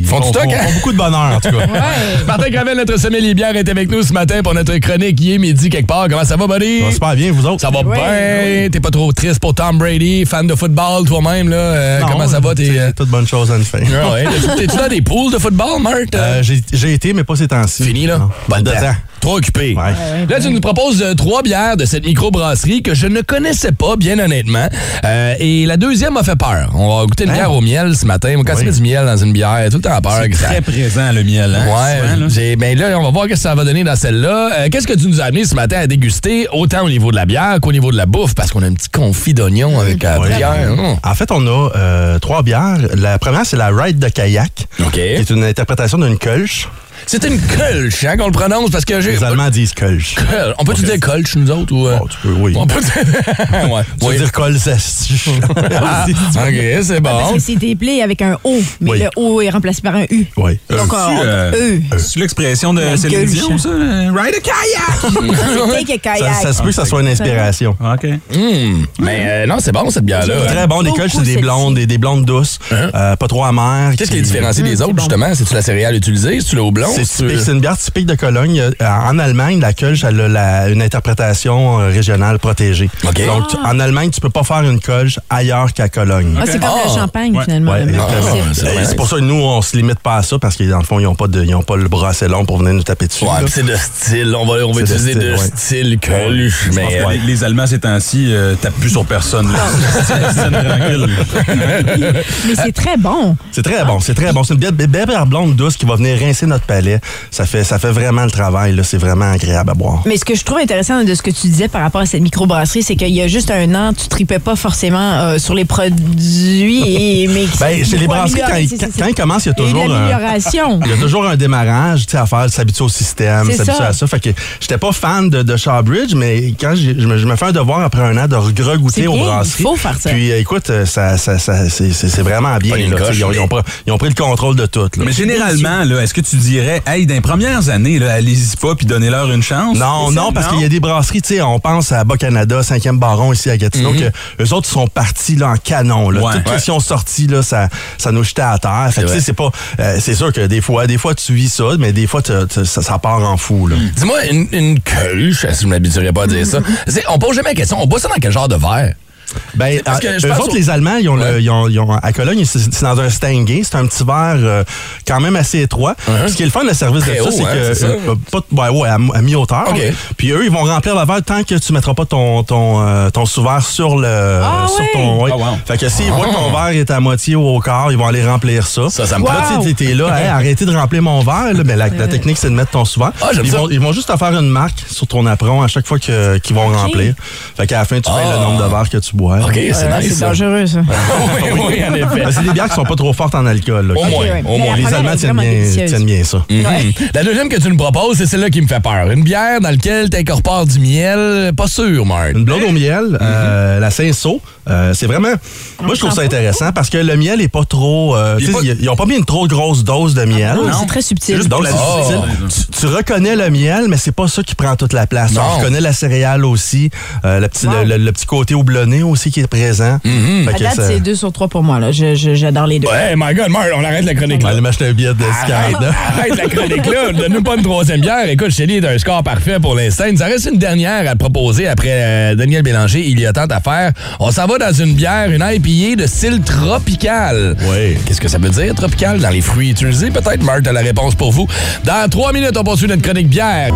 Ils font-
stock,
font-
hein?
font beaucoup de bonheur, en tout cas.
Ouais. Martin Gravel, notre sommelier bière, est avec nous ce matin pour notre chronique. Il est midi quelque part. Comment ça va, buddy? Ça va super bien, vous autres? Ça va bien. T'es pas trop triste pour Tom Brady, fan de football toi-même, là? Euh,
Non,
comment ça va? T'es...
C'est Toute bonne chose à une fin.
Ah ouais. T'es-tu dans des poules de football, Marthe?
Euh, j'ai- J'ai été, mais pas ces temps-ci.
Fini, là? Bonne
de
temps.
temps.
Trop occupé. Là, tu nous proposes euh, trois bières de cette microbrasserie que je ne connaissais pas, bien honnêtement. Euh, et la deuxième m'a fait peur. On va goûter une
Hein?
bière au miel ce matin. Moi, Quand
Oui.
tu mets du miel dans une bière, tout le temps peur.
C'est
que ça-
très présent, le miel. Hein? Souvent, là.
Ouais, j'ai- ben là, on va voir ce que ça va donner dans celle-là. Euh, Qu'est-ce que tu nous as amené ce matin à déguster, autant au niveau de la bière qu'au niveau de la bouffe, parce qu'on a un petit confit d'oignon avec la
Ouais.
bière. hein?
En fait, on a euh, trois bières. La première, c'est la Ride de Kayak, qui est une interprétation d'une Kölsch.
hein? C'est une Kölsch, hein, qu'on le prononce, parce que j'ai...
Les Allemands disent Kölsch.
Kölsch. On peut-tu dire Kölsch, nous autres? Ou, euh,
Ah, tu peux, oui.
On peut ouais.
Tu veux dire Kölsch.
Ah, OK, c'est
Ah, Parce
bon.
que c'est déplé avec un O, mais
Oui.
le O est remplacé par un U.
Oui.
Euh,
Donc, on- eux.
C'est l'expression de
La
Céline
gueule,
Dion, ça? euh, Ride a
Ah,
kayak!
Take a
Ça,
kayak.
ça se peut que ça soit une inspiration.
Ah, OK.
mais euh, non, c'est bon, cette bière-là.
C'est Très bon. Les Kölsch, c'est des blondes, des, des blondes douces, euh, pas trop amères.
Hein? Qu'est-ce qui les différencie
Mmh,
des autres, justement? C'est-tu la céréale utilisée? C'est-tu le houblon?
C'est
C'est-tu-
typique, c'est une bière typique de Cologne. Euh, En Allemagne, la Kölsch, elle a la- une interprétation euh, régionale protégée. Donc, tu- en Allemagne, tu peux pas faire une Kölsch ailleurs qu'à Cologne.
Ah, c'est comme le champagne, finalement.
Ouais,
le même
exactement.
principe.
Et Ben, c'est pour ça que nous, on se limite pas à ça parce que dans le fond, ils n'ont pas, de- ils ont pas le bras assez long pour venir nous taper dessus.
Ouais,
là.
pis c'est de style. On va, on
C'est
va
de
utiliser
style,
de
ouais.
style Kölsch.
Je pense
mais,
que
euh,
les, les Allemands, ces temps-ci, euh, tapent plus sur personne. là. C'est- c'est tranquille.
Mais c'est très bon.
C'est très bon, c'est très bon. C'est une belle, belle, bière blonde douce qui va venir rincer notre palais. Ça fait, ça fait vraiment le travail. là. C'est vraiment agréable à boire.
Mais ce que je trouve intéressant de ce que tu disais par rapport à cette microbrasserie, c'est qu'il y a juste un an, tu tripais pas forcément euh, sur les produits. Et, mais que
Ben,
c'est
chez les
beaucoup
brasseries, quand,
amélioré. C'est-
ils-
c'est-
quand ils commencent, il y a
Il y a eu de
toujours euh,
l'amélioration.
un, il y a toujours un démarrage, tu sais, à faire, de s'habituer au système,
C'est
s'habituer
ça.
à ça. Fait que j'étais pas fan de, de Shawbridge, mais quand j'ai- je me, je me fais un devoir après un an de re-
C'est
regoûter aux
bien,
brasseries.
il faut faire ça.
Puis euh, écoute, euh, ça, ça, ça- c'est c'est- c'est vraiment bien.
Pas une
là, tu sais,
coche,
ils, ont,
mais-
ils ont pris, ils ont pris le contrôle de tout. là.
Mais généralement, là, est-ce que tu dirais, hey, dans les premières années, là, allez-y pas puis donnez-leur une chance?
Non, non, parce qu'il y a des brasseries, tu sais, on pense à Bas-Canada, 5e Baron ici à Gatineau, que eux autres sont partis là, en canon. Là.
Ouais.
Toutes les sont sorties, là, ça, ça nous jetait à terre. Fait que, tu sais, c'est pas. euh, c'est sûr que des fois, des fois, tu vis ça, mais des fois, t'as- t'as- ça, ça part en fou. Là.
Dis-moi, une, une Kölsch, si je ne m'habituerais pas à dire
Mmh.
ça. C'est- On pose jamais la question. On boit ça dans quel genre de verre?
Ben,
Parce que
euh,
je
eux
pense
autres,
au-
les Allemands, ils ont, le- ils ont- ils ont- à Cologne, c'est c'est dans un Steinguay. C'est un petit verre euh, quand même assez étroit. Ce qui est le fun, le service
Uh-huh. Très
de ça,
haut,
c'est
hein,
que.
c'est ça?
euh, pas de- ouais, ouais, à, à mi-hauteur. Puis eux, ils vont remplir le verre tant que tu mettras pas ton, ton, euh, ton sous-verre sur le. euh, sur ton.
Ah,
ouais. Fait que s'ils voient que ton verre est à moitié ou au quart, ils vont aller remplir ça. Ça,
ça me
là,
prend.
tu sais, t'es- t'es là, Hey, arrêtez de remplir mon verre. Là, mais la, la technique, c'est de mettre ton sous-verre.
Ah, j'aime
ils,
ça.
vont, ils vont juste te faire une marque sur ton apron à chaque fois que- qu'ils vont remplir. Fait qu'à la fin, tu fais
Ah.
le nombre de verres que tu bois.
OK, c'est
Ah,
nice.
c'est
ça.
dangereux, ça.
Ben,
oui, oui, en effet.
Mais c'est des bières qui sont pas trop fortes en alcool. là.
Au moins,
Ok, ouais.
au
Mais
moins.
la Les Allemands
première est
tiennent
vraiment
bien,
délicieuse.
tiennent bien ça.
Mhm. La deuxième que tu me proposes, c'est celle-là qui me fait peur. Une bière dans laquelle tu incorpores du miel, pas sûr, Marc.
Une blonde au
Mhm.
miel, euh, la Saint-Saul, euh, c'est vraiment. Moi, je trouve ça intéressant parce que le miel est pas trop. euh, tu sais, ils- Ils ont pas mis une trop grosse dose de miel.
Ah, Non, c'est très subtil.
Juste Donc,
Ah.
c'est subtil. tu, tu reconnais le miel, mais c'est pas ça qui prend toute la place.
Non.
On reconnaît la céréale aussi, euh, le, petit,
Wow.
le, le- le petit côté houblonné aussi qui est présent.
Mhm.
Fait
À
que
date,
ça-
c'est deux sur trois pour moi. là. Je- je- J'adore les deux.
Ouais, my God, Marc, on arrête la chronique.
On va
là.
aller m'acheter un billet de
Arrête,
Sky.
arrête la chronique là, donne-nous pas une troisième bière. Écoute, Shelly est un score parfait pour l'instant. Il nous en reste une dernière à te proposer après euh, Daniel Bélanger. Il y a tant à faire. On s'en va dans une bière, une IPA de style tropical. Oui. Qu'est-ce que ça veut dire, tropical? Dans les fruits utilisés, peut-être, Marc, t'as la réponse pour vous. Dans trois minutes, on poursuit notre chronique bière.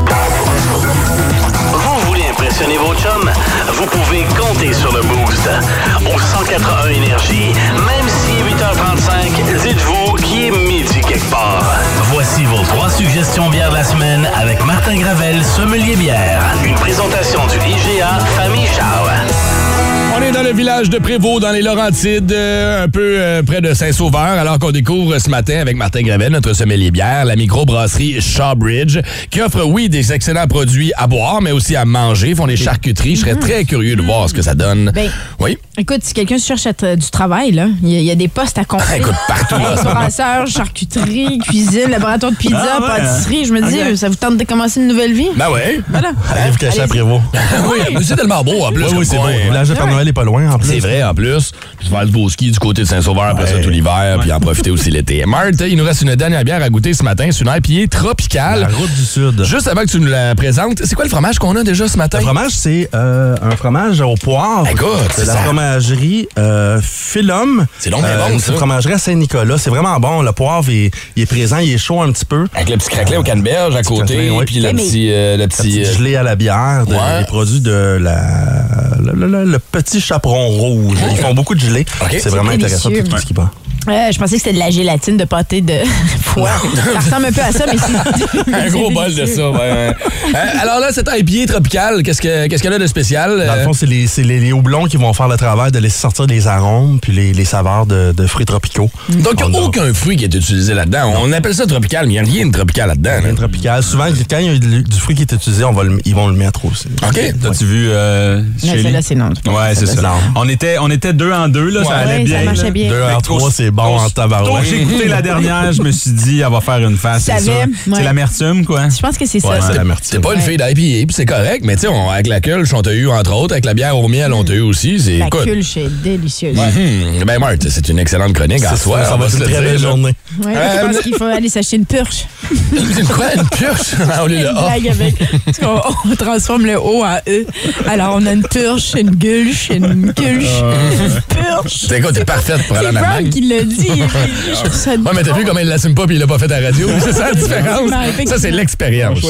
Vous voulez impressionner vos chums? Vous pouvez compter sur le boost. Au 181 Énergie, même si 8h35, dites-vous qu'il est midi quelque part. Voici vos trois suggestions bières de la semaine avec Martin Gravel, sommelier bière. Une présentation du IGA Famille Charles.
On
est dans le village de Prévost, dans les Laurentides, euh, un peu euh, près de Saint-Sauveur, alors qu'on découvre ce matin avec Martin Gravel, notre sommelier bière, la microbrasserie Shawbridge, qui offre, oui, des excellents produits à boire, mais aussi à manger. Ils font des charcuteries. Je
Mhm.
serais très curieux de voir ce que ça donne.
Ben,
Oui.
Écoute, si quelqu'un cherche à tra- du travail, là, il y, a- il y a des postes à compter.
Ben, Écoute, partout, là, ça.
Brasseur, charcuterie, cuisine, laboratoire de pizza,
Ah, ouais.
pâtisserie. Je me dis,
Ok.
euh, ça vous tente de commencer une nouvelle vie?
Ben ouais.
Voilà. Euh,
Allez-vous cacher à Prévost.
oui, mais c'est tellement beau en plus.
Ben Oui, oui,
comme
c'est
coin.
beau. Le village de Père Noël est pas loin en plus.
C'est vrai, en plus. Puis faire le beau ski du côté de Saint-Sauveur, après ça tout l'hiver, puis en profiter aussi l'été. Marthe, il nous reste une dernière bière à goûter ce matin. C'est une IPA tropicale.
La route du Sud.
Juste avant que tu nous la présentes, c'est quoi le fromage qu'on a déjà ce matin?
Le fromage, c'est euh, un fromage au poivre.
Écoute,
de la
ça-
fromagerie euh, Philum. Euh,
C'est donc bien bon,
une
ça.
fromagerie à Saint-Nicolas. C'est vraiment bon. Le poivre, il, il est présent, il est chaud un petit peu.
Avec le petit craquelin au canneberge à côté, puis
Eh,
le petit, euh, le petit, euh,
gelé à la bière, de-
Ouais.
les produits de la, le, le- le- le petit chaperon rouge. Ils font beaucoup de gelé. C'est vraiment
C'est
intéressant
délicieux.
tout ce qui va.
Euh, je pensais que c'était de la gélatine de pâté de foie. Ça ressemble un peu à ça, mais c'est.
Un gros bol de ça, ouais. ouais. Euh, alors là, cette IPA tropicale, qu'est-ce que- qu'est-ce qu'elle a de spécial?
Dans le
euh?
fond, c'est les, c'est les, les houblons qui vont faire le travail de laisser sortir les arômes puis les, les saveurs de, de fruits tropicaux.
Euh, Donc, il n'y a aucun fruit qui est utilisé là-dedans. On appelle ça tropical, mais il n'y a rien de tropical là-dedans. là.
tropical. Souvent, quand il y a du du fruit qui est utilisé, on va le- ils vont le mettre aussi.
OK.
T'as-tu
vu euh, Shelley?
celle-là, c'est non.
Ouais, c'est ça.
Non.
On était, on était deux en deux, là,
Ouais.
ça allait
Ouais, ça
bien.
marchait
là.
bien. Deux en
Fait que
trois,
tôt-
c'est bon
tôt-
en tabarouette.
tôt que J'ai écouté la dernière, je me suis dit, elle va faire une face, c'est
Savais,
sûr.
ouais.
C'est l'amertume, quoi.
Je pense que c'est ça.
Ouais, c'est
T'es-
l'amertume.
T'es pas une fille d'IPA, puis c'est correct, mais tu sais, on- avec la culche, on t'a eu entre autres, avec la bière au miel, on t'a eu aussi. C'est,
La
écoute,
culche est délicieuse.
Mhm. Ben, Marthe, c'est une excellente chronique en
C'est
soi.
ça, ça
on
va être
se
une
le
très
dire,
belle
là.
journée.
Ouais,
Euh,
je pense qu'il faut aller s'acheter une purche.
Une quoi? Une Ah, purche? Au lieu de
Une
A.
blague avec. Parce qu'on on transforme le O en E. Alors, on a une purche, une gulche, une culche, une purche.
T'es quoi, t'es parfaite pour aller
C'est
en
Brown
Allemagne.
qui l'a dit. Je trouve ça
Ouais, mais t'as vu comment il l'assume pas puis il l'a pas fait à la radio. C'est ça la différence. Ça, c'est l'expérience.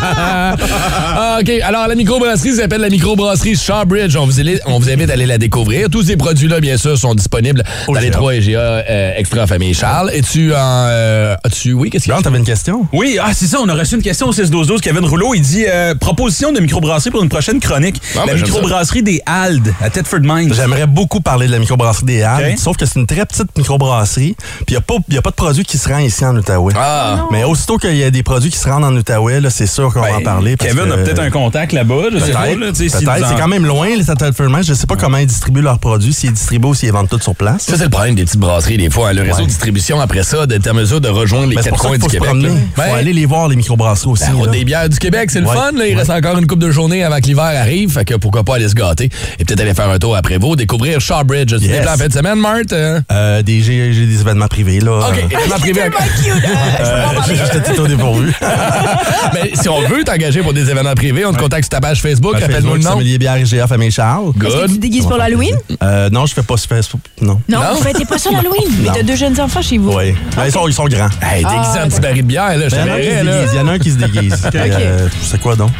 Ah, OK. Alors, la microbrasserie s'appelle la microbrasserie Shawbridge. On vous, invite- on vous invite à aller la découvrir. Tous ces produits-là, bien sûr, sont disponibles dans les trois EGA euh, Extra Famille Charles. Et tu en. euh, as-tu- oui, qu'est-ce que tu
t'avais une question?
Oui, ah, c'est ça, on a reçu une question au 6-12-12. Kevin Rouleau, il dit euh, proposition de microbrasserie pour une prochaine chronique.
Ah,
la
ben, j'aime ça.
microbrasserie des Haldes à Thetford Mines.
J'aimerais beaucoup parler de la microbrasserie des Halles, sauf que c'est une très petite microbrasserie, puis il n'y a, pas- y a pas de produit qui se rend ici en Outaouais.
Ah.
Mais aussitôt qu'il y a des produits qui se rendent en Outaouais, là, c'est sûr
Ben,
qu'on va en parler. parce
Kevin a
que-
peut-être un contact là-bas, je sais pas.
Peut-être,
là, tu sais, s'il
peut-être.
nous en-
c'est quand même loin, les Satellite Ferments. Je sais pas comment ils distribuent leurs produits, s'ils distribuent ou s'ils vendent tout sur place.
Ça, c'est le problème des petites brasseries, des fois. hein. Le réseau de distribution, après ça, d'être en mesure de rejoindre les
Ben, c'est
quatre
pour ça
coins
qu'il
du
faut se
Québec.
promener.
là.
Faut
Ben,
aller les voir, les microbrasseries aussi.
La route
là.
des bières du Québec, c'est le
Ouais,
fun. là. Il reste encore une coupe de journée avant que l'hiver arrive. Fait que pourquoi pas aller se gâter et peut-être aller faire un tour après vous, découvrir Shawbridge. Tu
Yes.
en fin de semaine, Marthe? hein?
Euh, des, j'ai, j'ai des événements privés, là.
OK,
Euh,
Ah,
événements privés.
euh, je je te dis au dépourvu. Ah!
Mais si on veut t'engager pour des événements privés, on te contacte sur ta page Facebook.
Rappelle-moi
Rappelle-moi le nom.
Sommelier bière IGA Famille Charles.
Est-ce que tu te déguises pour l'Halloween?
Euh, non, je fais pas ce Facebook. Non.
Non, vous faites pas ça l'Halloween. Mais
Non.
t'as deux jeunes enfants chez vous.
Oui. Ben, ils, sont, ils sont grands. Ben,
Hey,
Ah.
déguisé en petit baril de bière, là, je
Il y en a un qui se
t'aimerais, là.
déguise. Il y en a un qui se déguise. Euh, c'est quoi donc?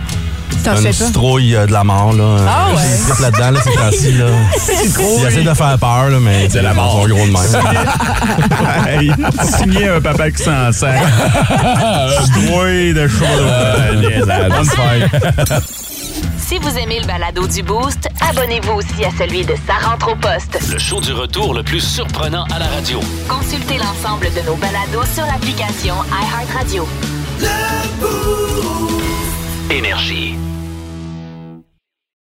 T'en
Une
fais pas?
citrouille euh, de la mort, là.
Ah
Euh,
ouais.
Je sais pas là-dedans, là, ces temps-ci, là.
Citrouille.
Il essaie de faire peur, là, mais. C'est la mort. gros de même.
Hey, signé un papa qui s'en sert. Doué de choses.
Si vous aimez le balado du Boost, abonnez-vous aussi à celui de Sa rentre au poste.
Le show du retour le plus surprenant à la radio.
Consultez l'ensemble de nos balados sur l'application iHeartRadio.
Énergie.